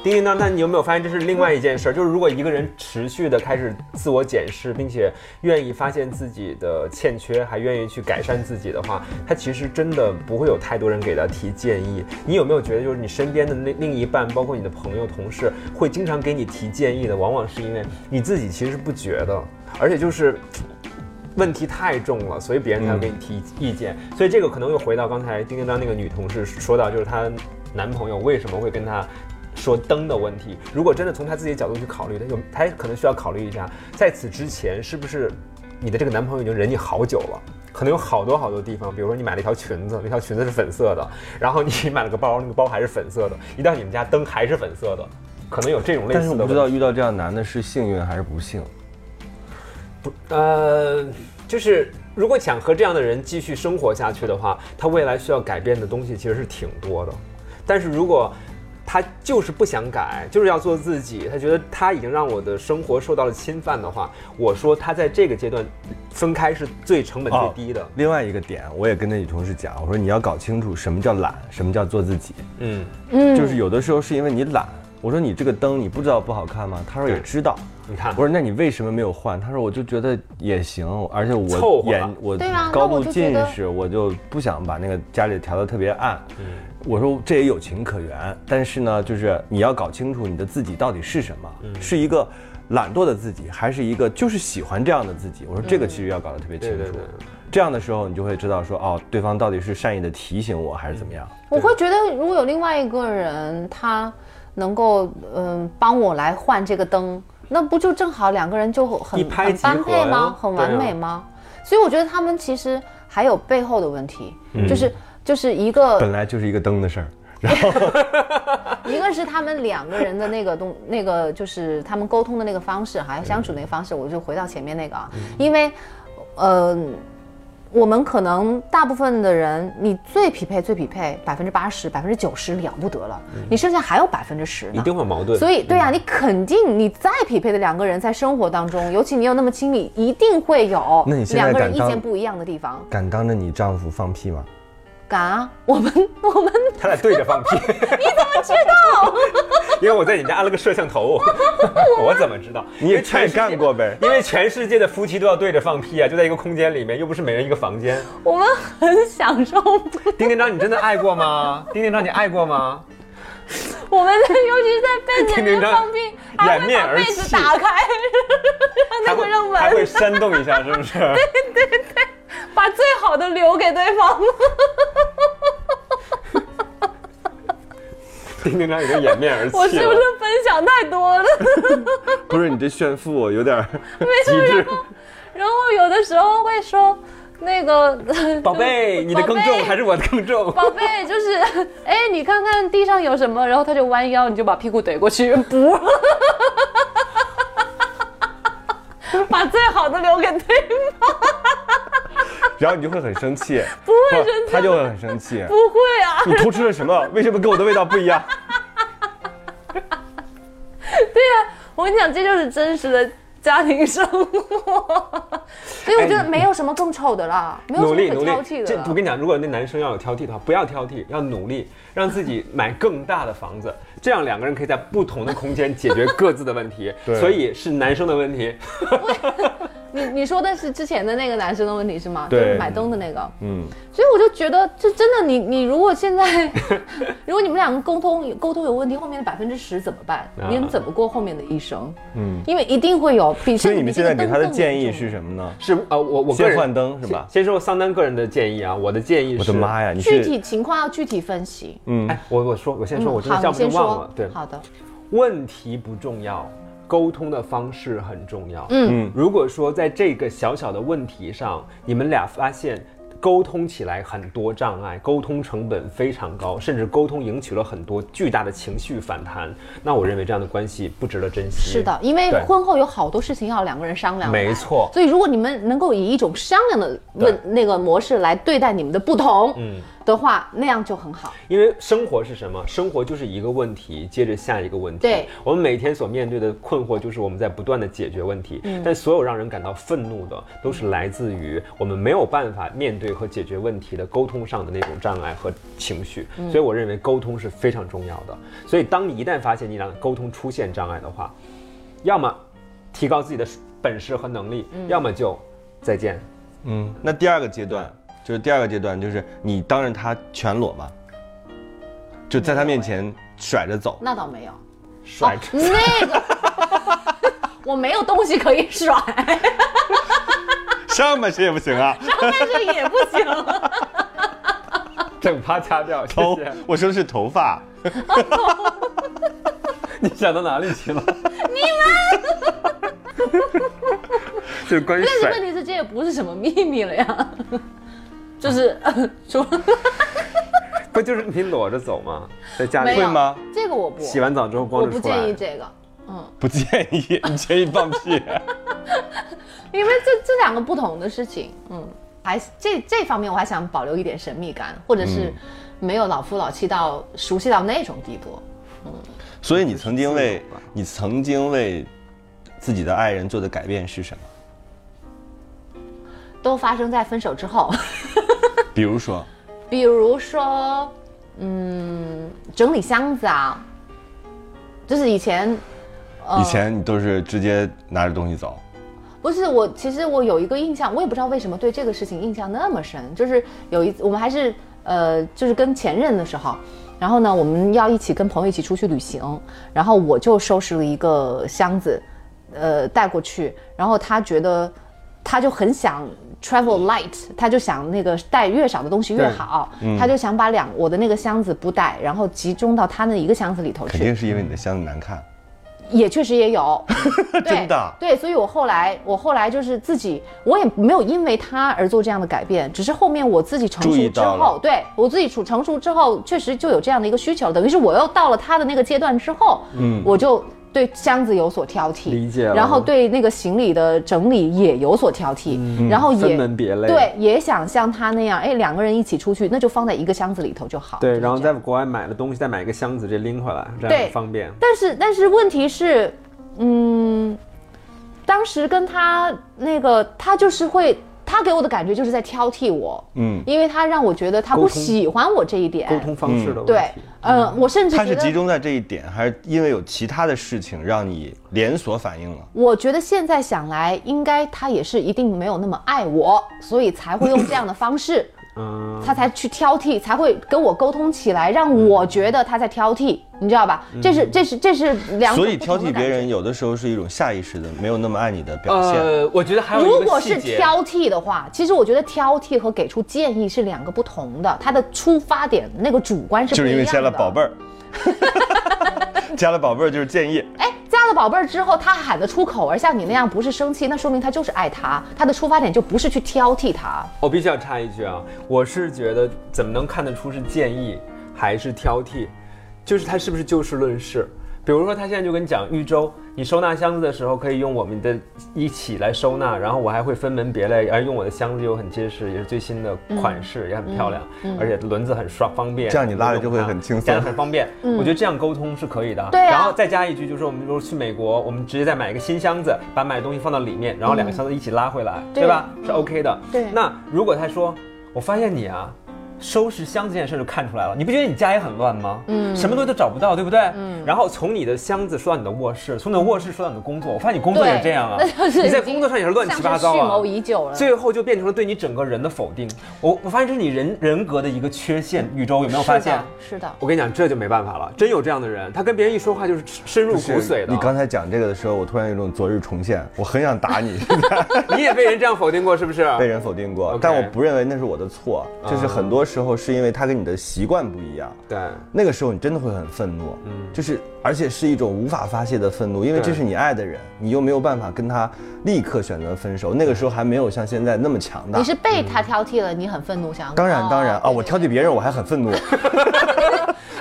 S4: 第一呢，那你有没有发现这是另外一件事儿？就是如果一个人持续的开始自我检视，并且愿意发现自己的欠缺，还愿意去改善自己的话，他其实真的不会有太多人给他提建议。你有没有觉得，就是你身边的那另一半，包括你的朋友、同事，会经常给你提建议的，往往是因为你自己其实是不觉得，而且就是。问题太重了，所以别人才会给你提意见。所以这个可能又回到刚才丁丁当那个女同事说到，就是她男朋友为什么会跟她。说灯的问题，如果真的从她自己的角度去考虑，她有她可能需要考虑一下，在此之前是不是你的这个男朋友已经忍你好久了？可能有好多好多地方，比如说你买了一条裙子，那条裙子是粉色的，然后你买了个包，那个包还是粉色的，一到你们家灯还是粉色的，可能有这种类似
S3: 但
S4: 的问
S3: 是
S4: 题。
S3: 我不知道遇到这样男的是幸运还是不幸。
S4: 不，呃，就是如果想和这样的人继续生活下去的话，他未来需要改变的东西其实是挺多的。但是如果他就是不想改，就是要做自己，他觉得他已经让我的生活受到了侵犯的话，我说他在这个阶段分开是最成本
S3: 啊哦
S4: 最低的。
S3: 另外一个点，我也跟那女同事讲，我说你要搞清楚什么叫懒，什么叫做自己。
S4: 嗯，
S3: 就是有的时候是因为你懒。我说你这个灯你不知道不好看吗？他说也
S4: 对
S3: 知道。
S4: 你看
S3: 我，说那你为什么没有换？他说我就觉得也行，而且
S4: 凑
S3: 我
S4: 合了
S3: 眼我
S5: 对啊那
S3: 高
S5: 我
S3: 度
S5: 就觉
S3: 近
S5: 得
S3: 视，我就不想把那个家里调的特别暗。
S4: 嗯
S3: 我说这也有情可原，但是呢，就是你要搞清楚你的自己到底是什么，
S4: 嗯
S3: 是一个懒惰的自己，还是一个就是喜欢这样的自己？我说这个其实要搞得特别清
S4: 嗯对对
S3: 楚
S4: 对。
S3: 这样的时候，你就会知道说哦，对方到底是善意的提醒我，还是怎么样？
S5: 我会觉得，如果有另外一个人，他能够嗯、帮我来换这个灯，那不就正好两个人就很
S4: 一拍
S5: 很
S4: 即合
S5: 般配
S4: 呀啊
S5: 吗？很完美吗？所以我觉得他们其实还有背后的问题，
S4: 嗯
S5: 就是就是一个
S3: 本来就是一个灯的事儿。
S5: 一个是他们两个人的那个东 那个就是他们沟通的那个方式，还有相处那个方式，我就回到前面那个
S3: 嗯
S5: 啊，因为呃。我们可能大部分的人，你最匹配最匹配百分之八十、百分之九十了不得了，
S3: 嗯
S5: 你剩下还有百分之十
S4: 一
S5: 呢。
S4: 定会有矛盾。
S5: 所以，对啊，你肯定你再匹配的两个人在生活当中，尤其你有那么亲密，一定会有
S3: 那你现在
S5: 两个人
S3: 敢
S5: 意
S3: 当
S5: 见不一样的地方。
S3: 敢当着你丈夫放屁 吗？
S5: 敢啊，我们我们
S4: 他俩对着放屁， 你怎么知道？ 因为我在你家安了个摄像 头，我怎么知道？
S3: 你也太干过呗。
S4: 因为全世界的夫妻都要对着放屁啊，就在一个空间里面，又不是每人一个房间。
S5: 我们很享受，
S4: 丁店长，你真的爱过吗？丁店长，你爱过吗？
S5: 我们在尤其是在被 子里
S4: 听听
S5: 面
S4: 张
S5: 放屁，还
S4: 掩
S5: 会
S4: 面
S5: 把
S4: 而
S5: 被子
S4: 泣
S5: 打开， 让
S4: 还
S5: 那个人
S4: 还会
S5: 闻，
S4: 煽动一下，是不是？
S5: 把最好的留给对 方。
S4: 丁店长已经掩面而泣了。
S5: 我是不是分享太多了？
S3: 不是你这炫富我有点儿极
S5: 没事
S3: 致。
S5: 然后有的时候会说，那个
S4: 宝贝，你的更重还
S5: 是？
S4: 是我的更重？
S5: 宝贝，就是，哎，你看看地上有什么，然后他就弯腰，你就把屁股怼过去， 不，把最好的留给对方，
S3: 然后你就会很生气，不会生气，他就会很生气。
S5: 不会啊，
S3: 你偷吃了什么？为什么跟我的味道不一样？
S5: 我跟你讲，这就是真实的家庭生活，所以我觉
S3: 哎
S5: 得没有什么更臭的啦，没有
S4: 努力
S5: 什么
S4: 努
S5: 可
S4: 力
S5: 挑剔，的
S4: 这
S5: 啦
S4: 我跟你讲，如果那男生要有挑剔的话，不要挑剔，要努力，让自己买更大的房子，这样两个人可以在不同的空间解决各自的问题。
S3: 对
S4: 所以是男生的问题，
S5: 你你说的是之前的那个男生的问题是吗？
S3: 对
S5: 就是买灯的那个。
S3: 嗯，
S5: 所以我就觉得，这真的你，你如果现在， 如果你们两个沟通沟通有问题，后面的百分之十怎么办？
S4: 啊
S5: 你们怎么过后面的一生？
S3: 嗯
S5: 嗯，因为一定会有比。
S3: 所以你们现在给他的建议
S5: 甚至
S3: 是什么呢？
S4: 是呃，我我个
S3: 先
S4: 人
S3: 换灯是吧？
S4: 先说桑丹个人的建议啊，我的建议
S3: 我
S4: 是，
S3: 的妈呀，你
S5: 比这个更重具
S3: 是
S5: 体情况要具体分析。
S3: 嗯
S4: 哎，我我说，我先说，
S5: 嗯
S4: 我真的
S5: 好
S4: 叫
S5: 你
S4: 不住
S5: 先
S4: 忘了
S5: 说。
S4: 对，
S5: 好的，
S4: 问题不重要，沟通的方式很重要。
S5: 嗯
S3: 嗯
S4: 如果说在这个小小的问题上，你们俩发现。沟通起来很多障碍，沟通成本非常高，甚至沟通引起了很多巨大的情绪反弹。那我认为这样的关系不值得珍惜。
S5: 是的，，因为
S4: 对
S5: 婚后有好多事情要两个人商量。
S4: 没。错。
S5: 所以，如果你们能够以一种商量的问那个模式来对待你们的不同，嗯，的话，那样就很好。
S4: 因为生活是什么？生活就是一个问题接着下一个问题。
S5: 对，
S4: 我们每天所面对的困惑就是我们在不断的解决问题，但所有让人感到愤怒的都是来自于我们没有办法面对和解决问题的沟通上的那种障碍和情绪。所以我认为沟通是非常重要的。所以当你一旦发现你俩沟通出现障碍的话，要么提高自己的本事和能力，要么就再见。
S3: 嗯，那第二个阶段就是第二个阶段，就是你当着他全裸吗？就在他面前甩着走，
S5: 那倒没有，
S4: 甩
S5: 哦那个 我没有东西可以甩，
S3: 上半身也不行啊。
S5: 但是也不行。
S4: 整趴掐掉，谢
S3: 头
S4: 谢。，
S3: 我说的是头发。
S4: 你想到哪里 去了？你们 就是关 于
S5: 但是
S4: 甩
S5: 问题是这也不是什么秘密了呀， 就是 呃除了
S4: 不就是你裸着走吗？在家里
S5: 没有
S3: 会吗？
S5: 这个我不，
S4: 洗完澡之后
S5: 我
S4: 光
S5: 不
S4: 着出
S5: 建
S4: 来
S5: 议，这个。
S3: 不建议，你建议放屁。
S5: 因为这这两个不同的事情，嗯，还是这这方面我还想保留一点神秘感，或者
S4: 嗯
S5: 是没有老夫老妻到熟悉到那种地步。
S3: 所以你曾经为
S4: 自由吧
S3: 你曾经为自己的爱人做的改变是什么？
S5: 都发生在分手之后，
S3: 比如说，
S5: 比如说，嗯，整理箱子啊，就是以前哦
S3: 以前你都是直接拿着东西走，
S5: 不是我，其实我有一个印象，我也不知道为什么对这个事情印象那么深，就是有一我们还是呃，就是跟前任的时候。然后呢，我们要一起跟朋友一起出去旅行，然后我就收拾了一个箱子，呃，带过去。然后他觉得，他就很想 travel light，他就想那个带越少的东西越
S4: 对
S5: 好，他就想把两我的那个箱子不带，然后集中到他那一个箱子里头
S3: 肯
S5: 去。
S3: 定是因为你的箱子难看。
S5: 也确实也 有，对
S3: 真
S4: 啊
S3: 的
S5: 对，所以我后来我后来就是自己，我也没有因为他而做这样的改变，只是后面我自己成
S3: 注意
S5: 熟之
S3: 到
S5: 后
S3: 了，
S5: 对我自己处成熟之后，确实就有这样的一个需求，等于是我又到了他的那个阶段之后，嗯，我就对箱子有所挑剔，
S4: 理解了
S5: 然后对那个行李的整理也有所挑剔，然后也
S4: 嗯分门别类。
S5: 对也想像他那样，哎，两个人一起出去，那就放在一个箱子里头就好，
S4: 对，然后
S5: 再。
S4: 在国外买了东西，再买一个箱子，直接拎回来，这样
S5: 对
S4: 很方便。
S5: 但是但是问题是，嗯，当时跟他那个，他就是会，他给我的感觉就是在挑剔我，
S3: 嗯，
S5: 因为他让我觉得他不
S4: 沟通
S5: 喜欢我这一点。
S4: 沟通方式的问题。
S5: 对，呃，我甚至
S3: 嗯他
S5: 觉
S3: 是集
S5: 得，
S3: 中在这一点，还是因为有其他的事情让你连锁反应了？
S5: 我觉得现在想来，应该他也是一定没有那么爱我，所以才会用这样的方式，
S4: 嗯，
S5: 他才去挑剔，才会跟我沟通起来，让我觉得他在挑剔，你知道吧？这是这是这是两
S3: 嗯
S5: 种
S3: 所以
S5: 不
S3: 挑
S5: 同的
S3: 剔
S5: 感
S3: 别
S5: 觉
S3: 人有的时候是一种下意识的没有那么爱你的表现。
S4: 呃，我觉得还有一个
S5: 如果是
S4: 细节
S5: 挑剔的话，其实我觉得挑剔和给出建议是两个不同的，它的出发点那个主观是
S3: 就
S5: 不
S3: 是
S5: 一
S3: 因为
S5: 样的。
S3: 加了宝贝，儿， 加了宝贝儿就是建议。
S5: 哎，加了宝贝儿之后，他喊得出口，而像你那样不是生气，那说明他就是爱他，他的出发点就不是去挑剔他。
S4: 我必须要插一句啊，我是觉得怎么能看得出是建议还是挑剔，就是他是不是就事论事。比如说，他现在就跟你讲，玉州，你收纳箱子的时候可以用我们的一起来收纳，然后我还会分门别类，而用我的箱子又很结实，也是最新的
S5: 嗯
S4: 款式，也很漂亮，而且轮子很爽方便，
S3: 这样你拉着就会很轻松
S4: 这样很方便。我觉得这样沟通是可以的。
S5: 嗯对啊
S4: 然后再加一句，就是我们如果去美国，我们直接再买一个新箱子，把买的东西放到里面，然后两个箱子一起拉回来，
S5: 嗯对
S4: 对吧？是 OK 的。
S5: 对
S4: 那如果他说，我发现你啊，收拾箱子这件事就看出来了，你不觉得你家也很乱吗？嗯，什么东西都找不到，对不对？嗯。然后从你的箱子说到你的卧室，从你的卧室说到你的工作，我发现你工作也是这样啊。
S5: 对那就是
S4: 你在
S5: 已经
S4: 工作上也是乱
S5: 像
S4: 七
S5: 是
S4: 八糟
S5: 蓄
S4: 啊。
S5: 谋已久了。
S4: 最后就变成了对你整个人的否定。我我发现这是你人人格的一个缺陷，宇宙有没有发
S3: 啊
S5: 是
S4: 现？
S5: 的，是的。
S4: 我跟你讲，这就没办法了，真有这样的人，他跟别人一说话就是深入骨髓的。啊
S3: 你刚才讲这个的时候，我突然有一种昨日重现，我很想打你。
S4: 你也被人这样否定过，是 不是？
S3: 被人否定过
S4: 啊 OK 啊
S3: 但我不认为那是我的错，就是很多时候是因为他跟你的习惯不一样。
S4: 对，
S3: 那个时候你真的会很愤怒，就是而且是一种无法发泄的愤怒，因为
S4: 嗯对
S3: 这是你爱的人，你又没有办法跟他立刻选择分手。那个时候还没有像现在那么强大
S5: 你。是哦被他挑剔了，你很愤怒，想
S4: 嗯
S3: 当然当然啊，
S5: 对
S3: 我挑剔别人我还很愤怒，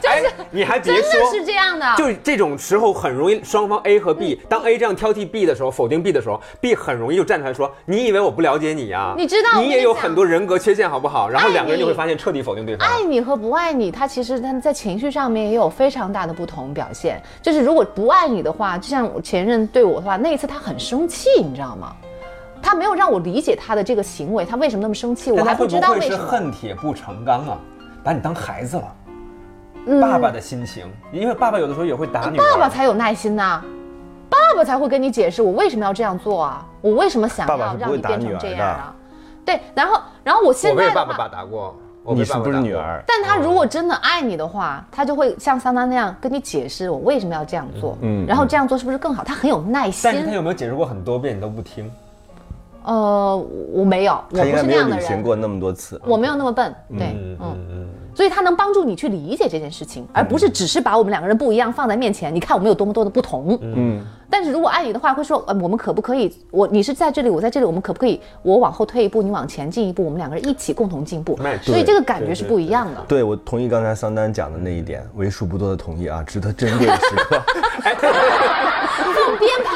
S4: 哎，你还别
S5: 真
S4: 说，
S5: 的是这样的。
S4: 就这种时候很容易，双方 A 和
S5: 嗯
S4: B，当 A 这样挑剔 B 的时候，否定 B 的时候，B 很容易就站出来说：“你以为我不了解你呀？
S5: 你知道我
S4: 你
S5: 跟
S4: 也
S5: 你
S4: 有
S5: 讲哎
S4: 很多人格缺陷，好不好？”然后
S5: 爱
S4: 两个人就会
S5: 你
S4: 发现彻底否定对方。
S5: 爱你和不爱你，他其实他们在情绪上面也有非常大的不同表现。就是如果不爱你的话，就像我前任对我的话，那一次他很生气，你知道吗？他没有让我理解他的这个行为，他为什么那么生气，我
S4: 但
S5: 还
S4: 他会
S5: 知
S4: 不
S5: 道
S4: 会
S5: 为
S4: 是
S5: 什么。
S4: 恨铁不成钢啊？把你当孩子了，
S5: 嗯
S4: 爸爸的心情，因为爸爸有的时候也会打女儿。
S5: 爸爸才有耐心呐、爸爸才会跟你解释我为什么要这样做啊，我为什么想
S3: 爸爸
S5: 要
S3: 是不
S5: 让
S3: 会
S5: 你变
S3: 打女
S5: 成
S3: 儿
S5: 这
S3: 的
S5: 样啊？对，然后然后我现
S4: 我
S5: 在
S4: 被
S5: 的
S4: 爸
S5: 话
S4: 爸打打过，我被
S3: 你是
S4: 爸爸
S3: 不是
S4: 打
S3: 女
S4: 过
S3: 儿？
S5: 但他如果真的爱你的话，他就会像桑丹那样跟你解释我为什么要这样做，
S3: 嗯嗯
S5: 然后这样做是不是更好？他很有耐心
S4: 但。是他有没有解释过很多遍你都不 听？
S5: 呃，我没有，我
S3: 他应
S5: 不
S3: 该
S5: 是
S3: 没有
S5: 那样的
S3: 旅行
S5: 人，
S3: 过那么多次。
S5: 我没有那么笨，对，嗯。
S4: 嗯
S5: 所以他能帮助你去理解这件事情，
S3: 嗯
S5: 而不是只是把我们两个人不一样放在面前，你看我们有多么多的不同。
S3: 嗯，
S5: 但是如果爱你的话，会说，呃，我们可不可以，我你是在这里，我在这里，我们可不可以，我往后退一步，你往前进一步，我们两个人一起共同进步
S4: Match，。
S5: 所以这个感觉是
S4: 对对
S5: 不一样的。
S3: 对，我同意刚才桑丹讲的那一点，为数不多的同意啊，值得珍贵的时刻。
S4: 哎
S5: 放鞭炮。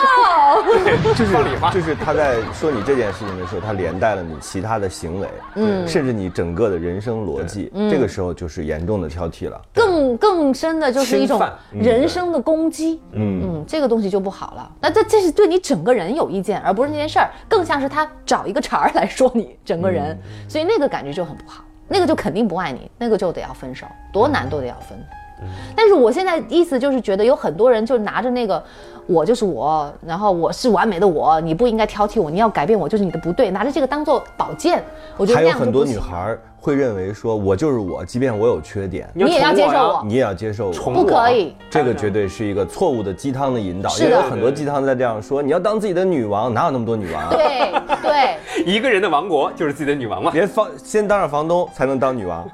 S3: 就是
S4: 放礼花
S3: 就是他在说你这件事情的时候，他连带了你其他的行为，嗯，甚至你整个的人生逻辑，这
S5: 嗯
S3: 个时候就是严重的挑剔了。
S5: 更更深的就是一
S4: 侵
S5: 种
S4: 犯
S3: 嗯
S5: 人生的攻击，嗯嗯，这个东西就不好了。那这这是对你整个人有意见，而不是那件事儿，更像是他找一个茬儿来说你整个人，
S3: 嗯
S5: 所以那个感觉就很不好，那个就肯定不爱你，那个就得要分
S3: 嗯
S5: 手，多难都得要分。但是我现在意思就是觉得有很多人就拿着那个我就是我，然后我是完美的我，你不应该挑剔我，你要改变我就是你的不对，拿着这个当做宝剑，我觉得
S3: 还
S5: 那
S3: 有
S5: 样就
S3: 很
S5: 不
S3: 多
S5: 行
S3: 女孩儿会认为说，我就是我，即便我有缺点，
S4: 你
S5: 你也要接受
S4: 啊
S5: 我
S3: 你也要接受我。
S4: 宠
S5: 不可以，
S3: 这个绝对是一个错误的鸡汤的引导，
S5: 是
S3: 因为有
S5: 的
S3: 很多鸡汤在这样说，你要当自己的女王，哪有那么多女王啊？
S5: 对对。
S4: 一个人的王国就是自己的女王嘛，
S3: 连房先当上房东才能当女王，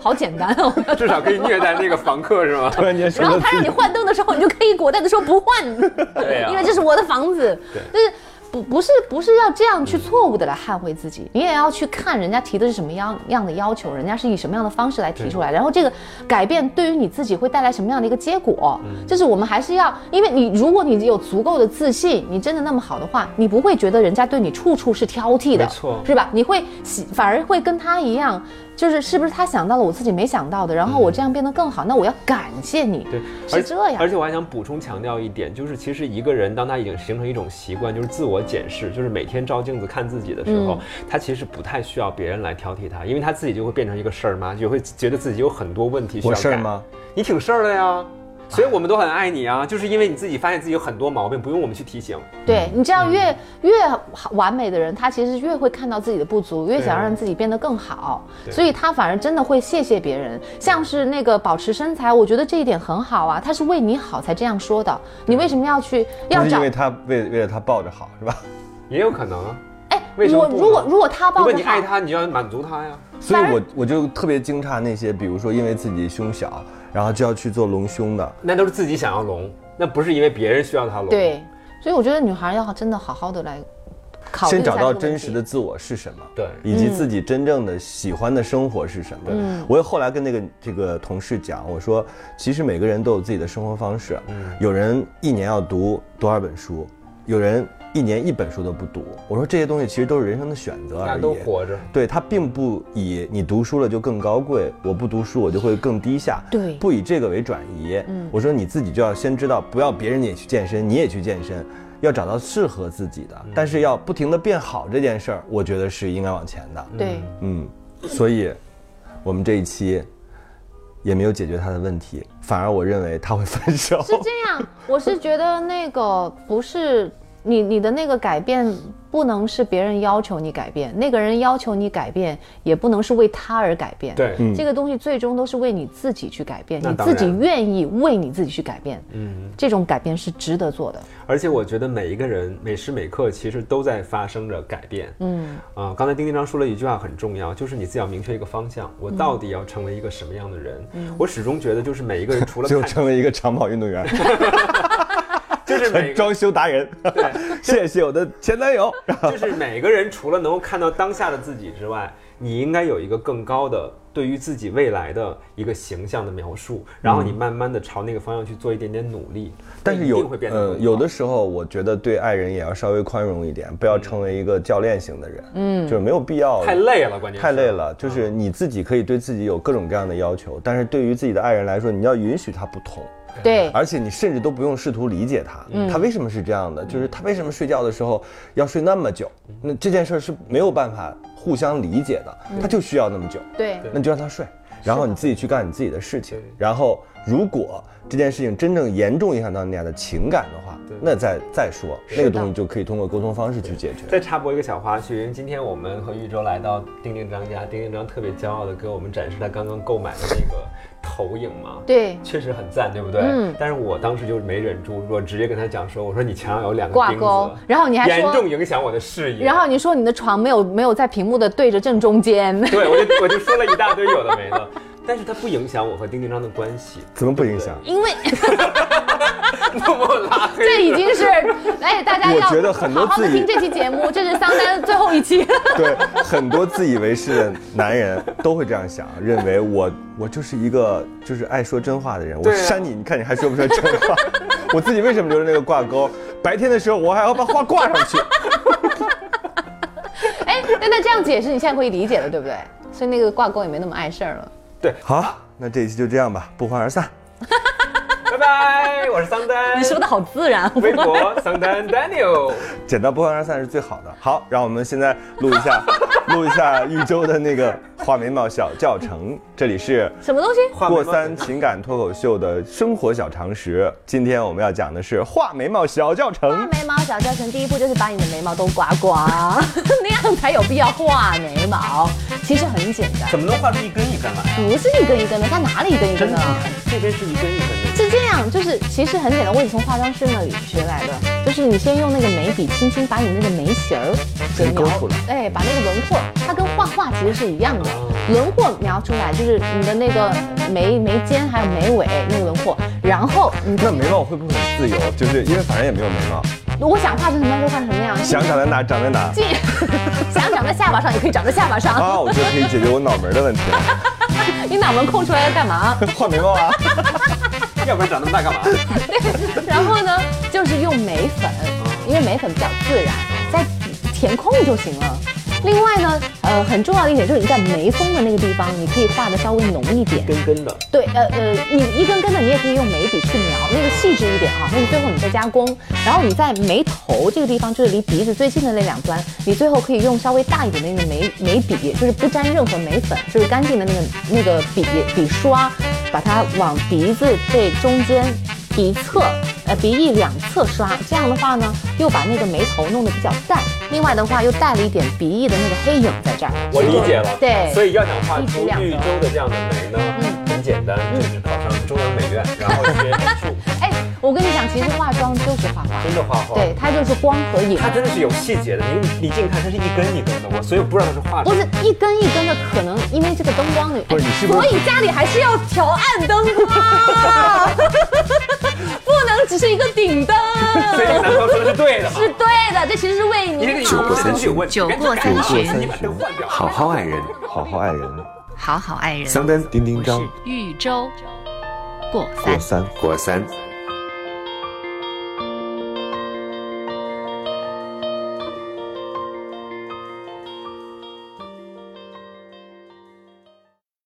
S5: 好简单哦。
S4: 至少可以虐待那个房客是吗？
S3: 突然间说
S5: 然后
S3: 的
S5: 他让你换灯的时候，你就可以果断的说不换，
S4: 对啊呀
S5: 因为这是我的房子。就是不不是不是要这样
S4: 嗯
S5: 去错误的来捍卫自己，你也要去看人家提的是什么样样的要求，人家是以什么样的方式来提出来，然后这个改变对于你自己会带来什么样的一个结果。
S4: 嗯
S5: 就是我们还是要，因为你如果你有足够的自信，你真的那么好的话，你不会觉得人家对你处处是挑剔的，
S4: 没错
S5: 是吧？你会喜反而会跟他一样，就是是不是他想到了我自己没想到的，然后
S3: 嗯
S5: 我这样变得更好，那我要感谢你，
S4: 对，
S5: 是这样
S4: 而。而且我还想补充强调一点，就是其实一个人当他已经形成一种习惯，就是自我检视，就是每天照镜子看自己的时
S5: 嗯
S4: 候，他其实不太需要别人来挑剔他，因为他自己就会变成一个事儿妈，就会觉得自己有很多问题需要
S3: 我
S4: 改。
S3: 事儿吗？
S4: 你挺事儿的
S5: 哎
S4: 呀。所以我们都很爱你啊，就是因为你自己发现自己有很多毛病，不用我们去提醒。
S5: 对
S3: 嗯
S5: 你这样越、越完美的人，他其实越会看到自己的不足，越想让自己变得更好，所以他反而真的会谢谢别人。像是那个保持身材，我觉得这一点很好啊，他是为你好才这样说的。你为什么要去
S3: 嗯不
S5: 要
S3: 是因
S5: 找
S3: 为？他为为了他抱着好是吧？
S4: 也有可能啊，
S5: 哎，
S4: 为什么
S5: 我
S4: 不呢
S5: 如果如果他
S4: 如
S5: 抱
S4: 果
S5: 着
S4: 你
S5: 好
S4: 爱，他，你就要满足他呀。
S3: 所以
S5: 反而
S3: 我我就特别惊诧那些，比如说因为自己胸小，然后就要去做隆胸的，
S4: 那都是自己想要隆，那不是因为别人需要他隆。，
S5: 对，所以我觉得女孩要真的好好的来考虑一
S3: 先
S5: 下
S3: 找
S5: 这
S3: 到
S5: 个问
S3: 真实
S5: 题嗯
S3: 的自我是什么，
S4: 对
S3: 以及自己真正的喜欢的生活是什么。我也后来跟那个这个同事讲，我说其实每个人都有自己的生活方式，
S4: 嗯
S3: 有人一年要读多少本书，有人一年一本书都不读。我说这些东西其实都是人生的选择
S4: 大
S3: 而
S4: 家
S3: 已。
S4: 都活着。
S3: 对他并不以你读书了就更高贵，我不读书我就会更低下，
S5: 对
S3: 不以这个为转移。我说你自己就要先知道，不要别人也去健身，你也去健身，要找到适合自己的，
S4: 嗯
S3: 但是要不停的变好这件事儿，我觉得是应该往前的。
S5: 对。
S3: 嗯，所以，我们这一期也没有解决他的问题，反而我认为他会分手。
S5: 是这样，我是觉得那个不是你你的那个改变，不能是别人要求你改变，那个人要求你改变，也不能是为他而改变。
S4: 对，
S3: 嗯
S4: 嗯
S5: 这个东西最终都是为你自己去改变，
S4: 那
S5: 你
S4: 当
S5: 自己
S4: 然
S5: 愿意为你自己去改变，嗯，这种改变是值得做的。
S4: 而且我觉得每一个人每时每刻其实都在发生着改变。嗯，啊、刚才丁丁章说了一句话很重要，就是你自己要明确一个方向，我到底要成为一个什么样的人？
S3: 嗯
S4: 我始终觉得就是每一个人 除了
S3: 最后
S4: 看
S3: 成为一个长跑运动员、
S4: 就是每个
S3: 装修达人，
S4: 对，
S3: 谢谢我的前男友。
S4: 就是每个人除了能够看到当下的自己之外，你应该有一个更高的对于自己未来的一个形象的描述，
S3: 嗯
S4: 然后你慢慢的朝那个方向去做一点点努力，
S3: 但是
S4: 一定
S3: 有
S4: 会变得更
S3: 呃
S4: 好
S3: 有的时候，我觉得对爱人也要稍微宽容一点，不要成为一个教练型的人。嗯，就是没有必要
S4: 嗯太累了，关键是啊
S3: 太累了。就是你自己可以对自己有各种各样的要求，但是对于自己的爱人来说，你要允许他不同。
S4: 啊
S5: 对，
S3: 而且你甚至都不用试图理解他，他为什么是这样的？就是他为什么睡觉的时候要睡那么久？那这件事儿是没有办法互相理解的，他就需要那么久。
S5: 对，
S3: 那你就让他睡，然后你自己去干你自己的事情
S4: 对。
S3: 然后，如果这件事情真正严重影响到你俩的情感的话
S4: 对，
S3: 那再再说，那个东西就可以通过沟通方式去解决。
S4: 再插播一个小花絮，因为今天我们和玉州来到丁丁张家，丁丁张特别骄傲的给我们展示他刚刚购买的那个投影嘛。
S5: 对，
S4: 确实很赞，对不对？
S5: 嗯
S4: 但是我当时就是没忍住，我直接跟他讲说，我说你墙上有两个
S5: 挂
S4: 钉子
S5: 钩，然后你还
S4: 严
S5: 说，
S4: 重影响我的视野。
S5: 然后你说你的床没有没有在屏幕的对着正中间，
S4: 对我就我就说了一大堆有的没的，但是它不影响我和丁丁张的关系，
S3: 怎么不影响？
S5: 因为
S4: 默默拉 黑。
S5: 这已经是，哎，大家
S3: 我
S5: 要
S3: 觉得很多
S5: 好好的
S3: 自己
S5: 听这期节目，这是桑丹最后一期。
S3: 对，很多自以为是的男人都会这样想，认为我我就是一个就是爱说真话的人，我
S4: 对啊
S3: 删你，你看你还说不说真 话？我自己为什么留着那个挂钩？白天的时候我还要把话挂 上去。
S5: 哎，那那这样解释你现在可以理解了，对不对？所以那个挂钩也没那么碍事儿了。
S3: 好，那这一期就这样吧，不欢而散。
S4: 拜拜，我是桑丹。
S5: 你说的好自然，
S4: 微博桑丹 Daniel，
S3: 剪刀不欢而散是最好的。好，让我们现在录一 下，录一下豫州的那个画眉毛小教程。这里是
S5: 什么东西？
S4: 画眉毛
S3: 过三情感脱口秀的生活小常识。今天我们要讲的是画眉毛小教
S5: 画
S3: 程。
S5: 眉毛小教程第一步就是把你的眉毛都刮刮， 那样才有必要画眉毛。其实很简单，
S4: 怎么能画出一根一根来？
S5: 不是一根一根的，它哪里一根一根
S4: 真
S5: 的
S4: 的
S5: 啊？，
S4: 这边是一根一根的。
S5: 是这样，就是其实很简单，我也从化妆师那里学来的，就是你先用那个眉笔轻轻把你那个眉形儿给
S3: 勾
S5: 描
S3: 出来，哦
S5: 哎，把那个轮廓，它跟画画其实是一样的，轮廓描出来就是你的那个眉眉尖还有眉尾那个轮廓，然后你
S3: 那眉毛会不会很自由？就是因为反正也没有眉毛，
S5: 我想画成什么样就画成什么样，
S3: 想长在哪长在哪
S5: 进 想长在下巴上也可以长在下巴上，
S3: 啊！我觉得可以解决我脑门儿的问题了，
S5: 你脑门空出来要干嘛？
S3: 画眉毛啊。
S4: 要不然长那么大干嘛？
S5: 然后呢，就是用眉粉，因为眉粉比较自然，再填空就行了。另外呢，呃，很重要的一点就是你在眉峰的那个地方，你可以画的稍微浓一点。
S4: 根根的。
S5: 对，呃呃，你一根根的，你也可以用眉笔去描，那个细致一点啊哈、那你最后你再加工，然后你在眉头这个地方，就是离鼻子最近的那两端，你最后可以用稍微大一点的那个眉眉笔，就是不沾任何眉粉，就是干净的那个那个笔笔刷，把它往鼻子这中间鼻侧。呃，鼻翼两侧刷，这样的话呢，又把那个眉头弄得比较淡，另外的话又带了一点鼻翼的那个黑影在这儿。
S4: 我理解了，
S5: 对嗯
S4: 所以要想画
S5: 一举
S4: 出
S5: 两得
S4: 豫州的这样的眉呢，很简单，就是考上中央美院，然后学美术，
S5: 哎，我跟你讲，其实化妆就是画画。
S4: 真的画
S3: 哦
S4: 画。
S5: 对，它就是光和影。
S4: 它真的是有细节的，你你近看，它是一根一根的，我所以我不知道它是 画出
S5: 不
S4: 来
S5: 是一根一根的，可能因为这个灯光你，
S3: 不是你是不是
S5: 所以家里还是要调暗灯光， 不能只是一个顶灯，
S4: 的，所以这个男朋友说的是对的嘛？
S5: 是对的，这其实是为
S4: 你这个
S5: 你
S4: 眼光真的是有问题，
S2: 酒过三
S6: 酒过
S2: 巡，
S6: 三
S4: 你把灯换掉。
S6: 好好爱人，
S3: 好好爱人，
S2: 好好爱人。
S6: 桑丹、丁丁
S2: 我
S6: 张
S2: 是、豫州过
S3: 过
S2: 三。
S3: 三。
S6: 国三。
S3: 三